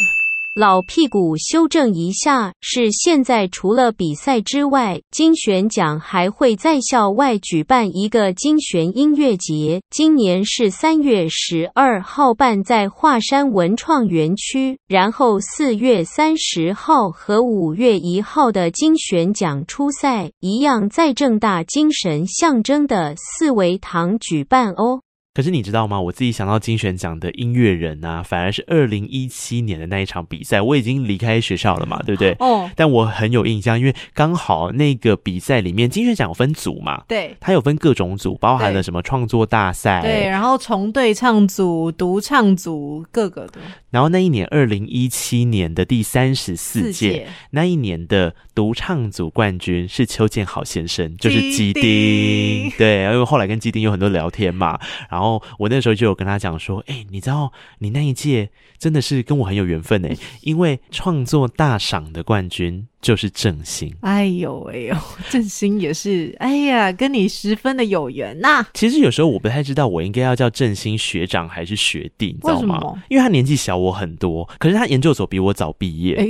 D: 老屁股修正一下，是现在除了比赛之外，金选奖还会在校外举办一个金选音乐节，今年是三月十二号办在华山文创园区，然后四月三十号和五月一号的金选奖初赛一样在正大精神象征的四维堂举办哦。
B: 可是你知道吗？我自己想到金选奖的音乐人啊，反而是二零一七年的那一场比赛，我已经离开学校了嘛，对不对？
A: 哦
B: 但我很有印象，因为刚好那个比赛里面，金选奖有分组嘛，
A: 对
B: 它有分各种组，包含
A: 对
B: 了什么创作大赛，
A: 对，然后从对唱组、独唱组各个的，
B: 然后那一年，二零一七年的第三十四
A: 四届
B: 届，那一年的独唱组冠军是邱建好先生，就是
A: 基
B: 基
A: 丁
B: 丁。对，因为后来跟基丁有很多聊天嘛，然后我那时候就有跟他讲说，哎、你知道你那一届真的是跟我很有缘分哎、因为创作大赏的冠军就是郑兴。
A: 哎呦哎呦， [laughs] 振兴也是，哎呀，跟你十分的有缘呐、
B: 其实有时候我不太知道我应该要叫振兴学长还是学弟，你知道
A: 为什
B: 吗
A: 么？
B: 因为他年纪小我很多，可是他研究所比我早毕业。
A: 哎，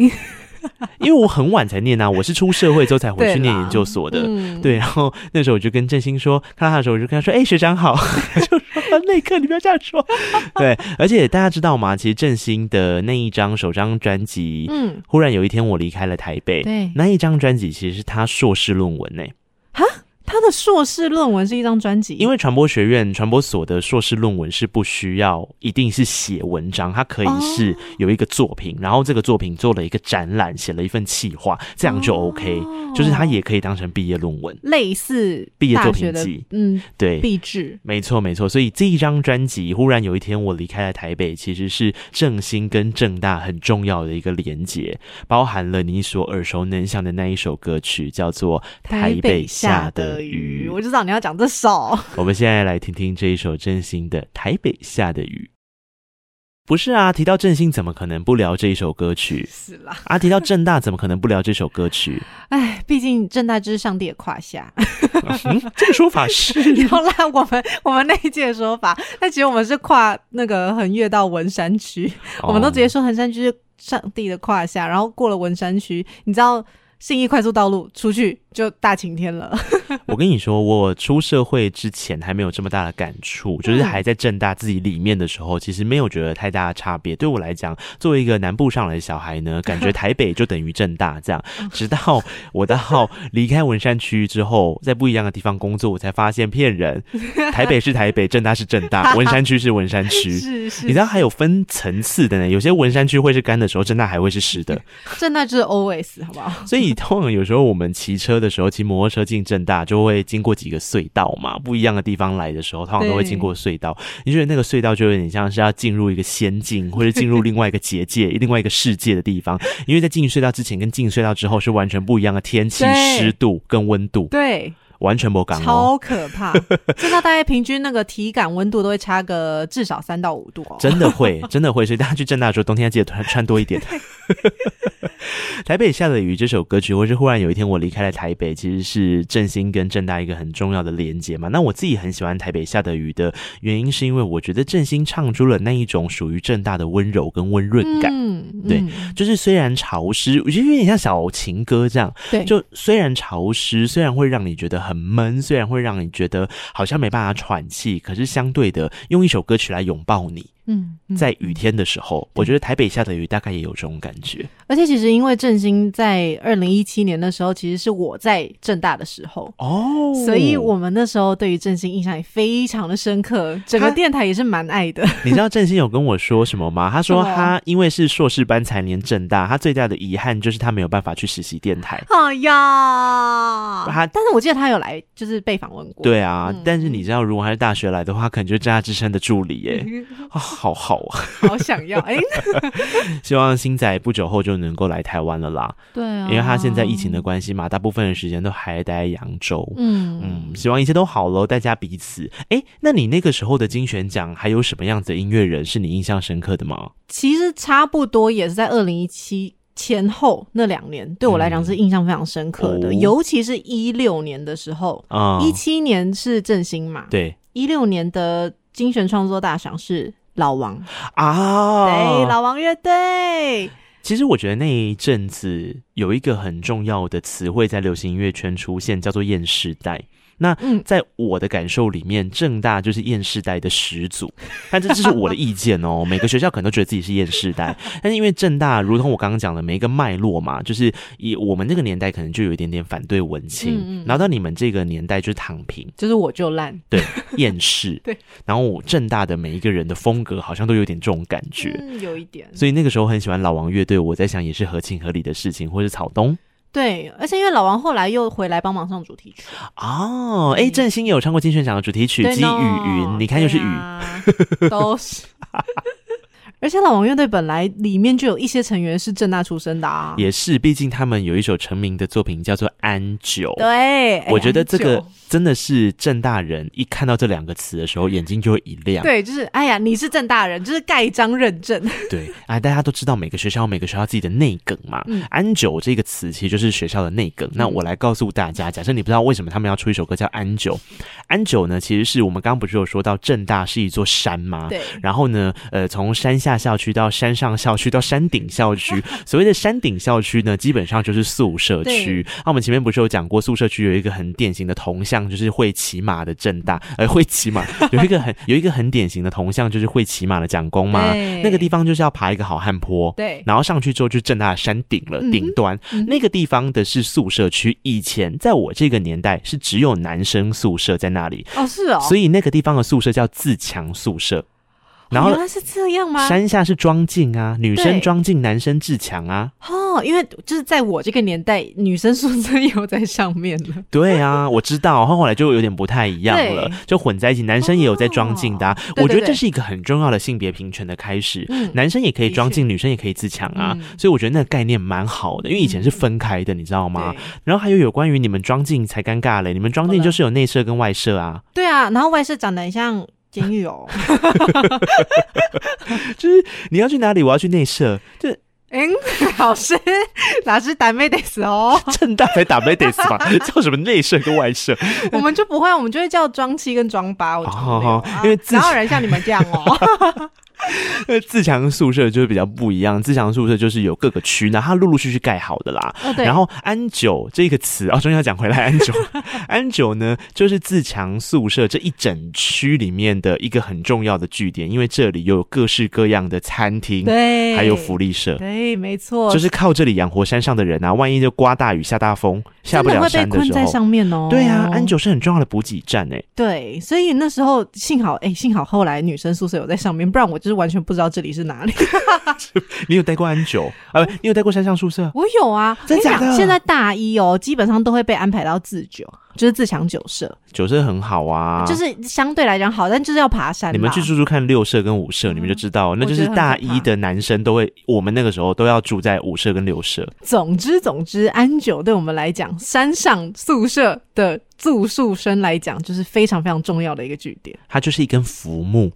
B: 因为我很晚才念啊，我是出社会之后才回去
A: 对
B: 念
A: 啦
B: 研究所的。
A: 嗯
B: 对，然后那时候我就跟振兴说，看到他的时候我就跟他说：“哎、学长好。” [laughs] 就说那一刻你不要这样说。对，而且大家知道吗？其实振兴的那一张首张专辑，
A: 嗯
B: 忽然有一天我离开了台北，
A: 对嗯
B: 那一张专辑其实是他硕士论文呢、欸
A: 他的硕士论文是一张专辑，
B: 因为传播学院传播所的硕士论文是不需要一定是写文章，它可以
A: 哦
B: 是有一个作品，然后这个作品做了一个展览，写了一份企划，这样就 OK，、就是
A: 哦
B: 它也可以当成毕业论文。
A: 类似
B: 毕业
A: 大
B: 作
A: 学
B: 品
A: 的
B: 集，
A: 嗯，
B: 对，
A: 毕制
B: 没错没错。所以这一张专辑，忽然有一天我离开了台北，其实是正兴跟正大很重要的一个连结，包含了你所耳熟能详的那一首歌曲，叫做《台北下的雨》。
A: 我就知道你要讲这
B: [laughs]
A: 首。
B: 我们现在来听听这一首真心的《台北下的雨》。不是啊，提到振兴怎么可能不聊这一首歌曲？
A: 是啦，
B: 啊，提到正大怎么可能不聊这首歌曲？
A: 哎，毕竟正大就是上帝的胯下。
B: 嗯，这个说法
A: [laughs]
B: 是
A: 有啦，我们我们那一届的说法，但其实我们是跨那个横越到文山区，
B: 哦
A: 我们都直接说横山区是上帝的胯下，然后过了文山区，你知道信义快速道路出去就大晴天了。
B: 我跟你说，我出社会之前还没有这么大的感触，就是
A: 嗯
B: 还在正大自己里面的时候，其实没有觉得太大的差别。对我来讲，作为一个南部上来的小孩呢，
A: [laughs]
B: 感觉台北就等于正大这样。
A: 嗯
B: 直到我到离开文山区之后，在不一样的地方工作，我才发现
A: [laughs]
B: 骗人。台北是台北，正大是正大，文山区是文山区。
A: [laughs] 是是
B: 你知道还有分层次的呢，有些文山区会是干的时候，正大还会是湿的。
A: 正大就是 always 好不 [laughs] 好？
B: 所以通常有时候我们骑车的时候，骑摩托车进正大就会经过几个隧道嘛，不一样的地方来的时候，通常都会经过隧道。你觉得那个隧道就有点像是要进入一个仙境，或者进入另外一个结界、另外一个世界的地方，因为在进隧道之前跟进隧道之后是完全不一样的天气、
A: 对
B: 湿度跟温度，
A: 对，
B: 完全不刚
A: 超
B: 哦。
A: 可怕！正大大概平均那个体感温度都会差个至少三到五度哦。
B: 真的
A: [laughs]
B: 会，真的会，所以大家去正大的时候，冬天要记得穿穿多一点。 [laughs] 台北下的雨这首歌曲，或是忽然有一天我离开了台北，其实是振兴跟正大一个很重要的连接嘛。那我自己很喜欢台北下的雨的原因，是因为我觉得振兴唱出了那一种属于正大的温柔跟温润感。
A: 嗯，
B: 对
A: 嗯，
B: 就是虽然潮湿，我觉得有点像小情歌这样。
A: 对
B: 就虽然潮湿，虽然会让你觉得很闷，虽然会让你觉得好像没办法喘气，可是相对的，用一首歌曲来拥抱你。
A: 嗯，
B: 在雨天的时候，我觉得台北下的雨大概也有这种感觉。
A: 而且其实因为振兴在二零一七年的时候，其实是我在正大的时候
B: 哦
A: 所以我们那时候对于振兴印象也非常的深刻，整个电台也是蛮爱的。
B: 你知道郑兴有跟我说什么
A: [laughs]
B: 吗？他说
A: 什么
B: 他因为是硕士班才念正大，他最大的遗憾就是他没有办法去实习电台。
A: 哎呀，
B: 他
A: 但是我记得他有来，就是被访问过。
B: 对啊，
A: 嗯
B: 但是你知道，如果他是大学来的话，可能就是正大之声的助理耶，
A: 嗯
B: 啊，好好啊！
A: [laughs]
B: [laughs]
A: 好想要哎，
B: 希望星仔不久后就能够来台湾了啦。
A: 对啊
B: 因为他现在疫情的关系嘛，大部分的时间都还待在扬州。
A: 嗯
B: 嗯，希望一切都好喽，大家彼此。哎，那你那个时候的金选奖还有什么样子的音乐人是你印象深刻的吗？
A: 其实差不多也是在二零一七前后那两年，对我来讲是印象非常深刻的，
B: 哦
A: 尤其是一六年的时候，
B: 啊
A: 一七、年是振兴嘛，
B: 对
A: 一六年的精选创作大赏是老王，
B: 啊，
A: 对，老王乐队，
B: 其实我觉得那一阵子有一个很重要的词汇在流行音乐圈出现，叫做厌世代。那
A: 嗯
B: 在我的感受里面，正大就是厌世代的始祖。但这这是我的意
A: [laughs]
B: 见哦，每个学校可能都觉得自己是厌世代，但是因为正大，如同我刚刚讲的，每一个脉络嘛，就是以我们那个年代可能就有一点点反对文青，
A: 嗯嗯
B: 然后到你们这个年代就是躺平，
A: 就是我就烂，
B: 对，厌世，
A: [laughs] 对，
B: 然后我正大的每一个人的风格好像都有点这种感觉，
A: 嗯，有一点。
B: 所以那个时候很喜欢老王乐队，我在想也是合情合理的事情，或是草东
A: 对，而且因为老王后来又回来帮忙上主题曲，
B: 哦，哎、郑兴也有唱过金选奖的主题曲《
A: 对
B: 鸡
A: 呢啊
B: 与云》，你看又是雨， [laughs]
A: 都是。 [laughs] 而且老王乐队本来里面就有一些成员是正大出身的啊，
B: 也是，毕竟他们有一首成名的作品叫做《安久》。
A: 对，哎
B: 我觉得这
A: 很
B: 个
A: 久
B: 真的是正大人一看到这两个词的时候，眼睛就会一亮。
A: 对，就是哎呀，你是正大人，就是盖章认证。
B: [laughs] 对啊，大家都知道每个学校有每个学校自己的内梗嘛。
A: 嗯
B: 安久这个词其实就是学校的内梗。那我来告诉大家，假设你不知道为什么他们要出一首歌叫《安久》，安久呢，其实是我们刚刚不是有说到正大是一座山吗？
A: 对
B: 然后呢，呃，从山下校区到山上校区到山顶校
A: [laughs]
B: 区，所谓的山顶校区呢，基本上就是宿舍区
A: 对。
B: 那、我们前面不是有讲过，宿舍区有一个很典型的铜像，就是会骑马的正大，呃，会骑马有一个很有一个很典型的铜像，就是会骑马的蒋公嘛。
A: 对
B: 那个地方就是要爬一个好汉坡，
A: 对
B: 然后上去之后就正大的山顶了，
A: 嗯哼
B: 顶端、
A: 嗯哼
B: 那个地方的是宿舍区。以前在我这个年代是只有男生宿舍在那里，
A: 哦，是哦，
B: 所以那个地方的宿舍叫自强宿舍。然后
A: 哦原来是这样吗？
B: 山下是庄敬啊，女生
A: 对
B: 庄敬，男生自强啊。
A: 哦，因为就是在我这个年代，女生宿舍 [laughs] 有在上面了。[laughs]
B: 对啊，我知道，后后来就有点不太一样了
A: 对，哦
B: 就混在一起。男生也有在装进的啊、
A: 对
B: 我觉得
A: 对
B: 这是一个很重要的性别平权的开始。
A: 嗯
B: 男生也可以装进，女生也可以自强啊、所以我觉得那个概念蛮好的，因为以前是分开的，你知道
A: 嗯
B: 吗？然后还有有关于你们装进才尴尬嘞，你们装进就是有内射跟外射啊。
A: 对啊，然后外设长得很像监狱哦，
B: 就是你要去哪里，我要去内射，这
A: 嗯， [laughs] 老师，老师打妹得死
B: [laughs]
A: 哦，
B: 正大才打没得死
A: [laughs]
B: 吧？叫什么内射跟外射？
A: 我们就不会，我们就会叫装七跟装八，我觉得没有
B: 哦
A: 啊
B: 因为自
A: 哪有人像你们这样哦？
B: [laughs] 呃，自强宿舍就是比较不一样，自强宿舍就是有各个区，那它陆陆续续盖好的啦。
A: 哦对
B: [laughs] 然后安久这个词哦，终于要讲回来安久，安久呢就是自强宿舍这一整区里面的一个很重要的据点，因为这里有各式各样的餐
A: [laughs]
B: 厅，
A: 对
B: 还有福利社。
A: 对，没错，
B: 就是靠这里养活山上的人啊！万一就刮大雨、下大风，下
A: 真
B: 不
A: 的
B: 了
A: 会被
B: 山的
A: 困
B: 时
A: 在
B: 候，
A: 上面哦。
B: 对啊，安久是很重要的补给站欸诶、
A: 对，所以那时候幸好，哎、幸好后来女生宿舍有在上面，不然我就是完全不知道这里是哪
B: [laughs]
A: 里。
B: 你有待过安久啊？不你有待过山上宿舍？
A: 我有啊，
B: 真
A: 我跟你
B: 假
A: 讲
B: 的
A: 现在大一哦，基本上都会被安排到自九，就是自强九社，
B: 酒舍很好啊，
A: 就是相对来讲好，但就是要爬山啦。
B: 你们去住住看六社跟五社，你们就知道，那
A: 嗯
B: 就
A: 我觉
B: 是
A: 得很
B: 大
A: 可
B: 一的男生都会，我们那个时候都要住在五社跟六社。
A: 总之，总之，安久对我们来讲，山上宿舍的住宿生来讲，就是非常非常重要的一个据点， [laughs]
B: 它就是一根浮木，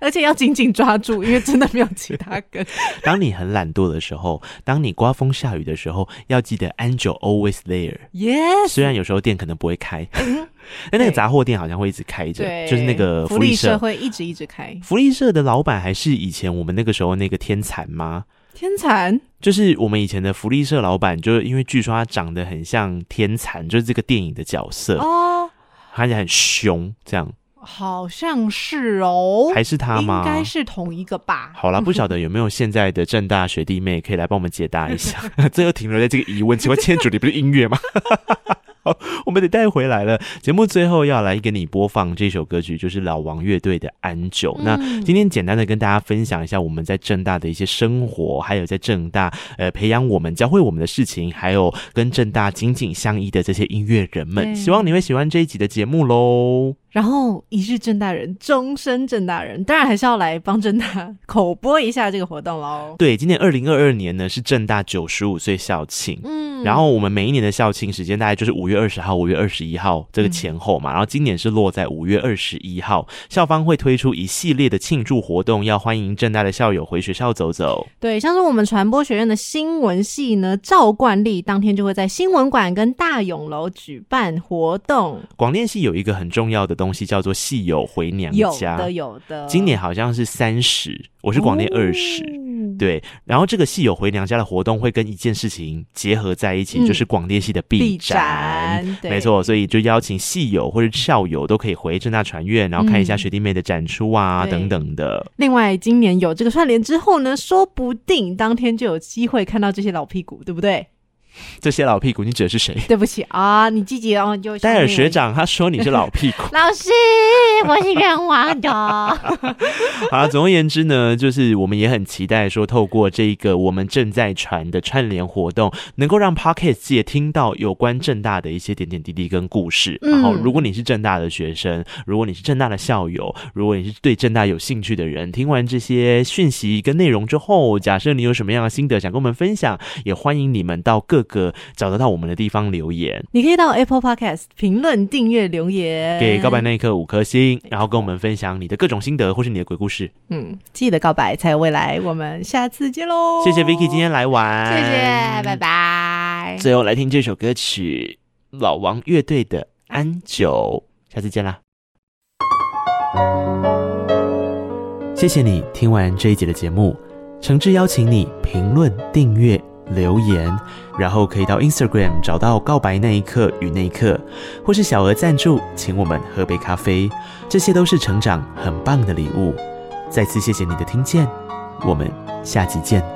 A: 而且要紧紧抓住，因为真的没有其他根。
B: 当你很懒惰的时候，当你刮风下雨的时候，要记得 Angel always there。
A: yes，哎
B: 虽然有时候店可能不会开， [laughs] 但那个杂货店好像会一直开着，
A: [laughs] 对，
B: 就是那个
A: 福
B: 利
A: 利
B: 社。
A: 会一直一直开。
B: 福利社的老板还是以前我们那个时候那个天蚕吗？
A: 天蚕
B: 就是我们以前的福利社老板，就是因为据说他长得很像天蚕，就是这个电影的角色，
A: 哦，
B: 看起来很凶，这样。
A: 好像是哦，
B: 还是他吗
A: 应该是同一个吧。 [laughs]
B: 好啦，不晓得有没有现在的正大学弟妹可以来帮我们解答一下？ [laughs] 这又停留在这个疑问。请问今天主题不是音乐吗？ [laughs] 好，我们得带回来了。节目最后要来给你播放这首歌曲，就是老王乐队的《安久》。
A: 嗯
B: 那今天简单的跟大家分享一下我们在正大的一些生活，还有在正大呃培养我们、教会我们的事情，还有跟正大紧紧相依的这些音乐人们。
A: 对
B: 希望你会喜欢这一集的节目喽。
A: 然后一日正大人，终身正大人，当然还是要来帮正大 [laughs] 口播一下这个活动喽。
B: 对，今年二零二二年呢是正大九十五岁校庆，嗯，然后我们每一年的校庆时间大概就是五月二十号、五月二十一号这个前后
A: 嗯
B: 嘛，然后今年是落在五月二十一号，校方会推出一系列的庆祝活动，要欢迎正大的校友回学校走走。
A: 对，像是我们传播学院的新闻系呢，照惯例当天就会在新闻馆跟大勇楼举办活动，
B: 广电系有一个很重要的东西叫做系友回娘
A: 有
B: 家，
A: 的有的。哦
B: 今年好像是三十，我是广电二十、对。然后这个系友回娘家的活动会跟一件事情结合在一起，
A: 嗯
B: 就是广电系的毕
A: 毕
B: 展，
A: 展对
B: 没错。所以就邀请系友或者校友都可以回正大传院，然后看一下学弟妹的展出啊、
A: 嗯对
B: 等等的。
A: 另外，今年有这个串联之后呢，说不定当天就有机会看到这些老屁股，对不对？
B: 这些老屁股，你指的是谁？
A: 对不起啊，你积极哦，你就
B: 戴尔学。长他说你是老屁股
C: 老师，我是冤枉
B: [laughs]
C: 的。
B: 好啦，总而言之呢，就是我们也很期待说，透过这一个我们正在传的串联活动，能够让 Pocket 界听到有关正大的一些点点滴滴跟故事。
M: 嗯
B: 然后，如果你是正大的学生，如果你是正大的校友，如果你是对正大有兴趣的人，听完这些讯息跟内容之后，假设你有什么样的心得想跟我们分享，也欢迎你们到各个找得到我们的地方留言。
A: 你可以到 Apple Podcast 评论、订阅、留言，
B: 给告白那一刻五颗星，然后跟我们分享你的各种心得或是你的鬼故事。
A: 嗯，记得告白才有未来。我们下次见喽！
B: 谢谢 Vicky 今天来玩，
A: 谢谢，拜拜。
B: 最后来听这首歌曲，老王乐队的《安久》，下次见啦！谢谢你听完这一节的节目，诚挚邀请你评论、订阅、留言，然后可以到 Instagram 找到“告白那一刻与那一刻”，或是小额赞助，请我们喝杯咖啡，这些都是成长很棒的礼物。再次谢谢你的听见，我们下集见。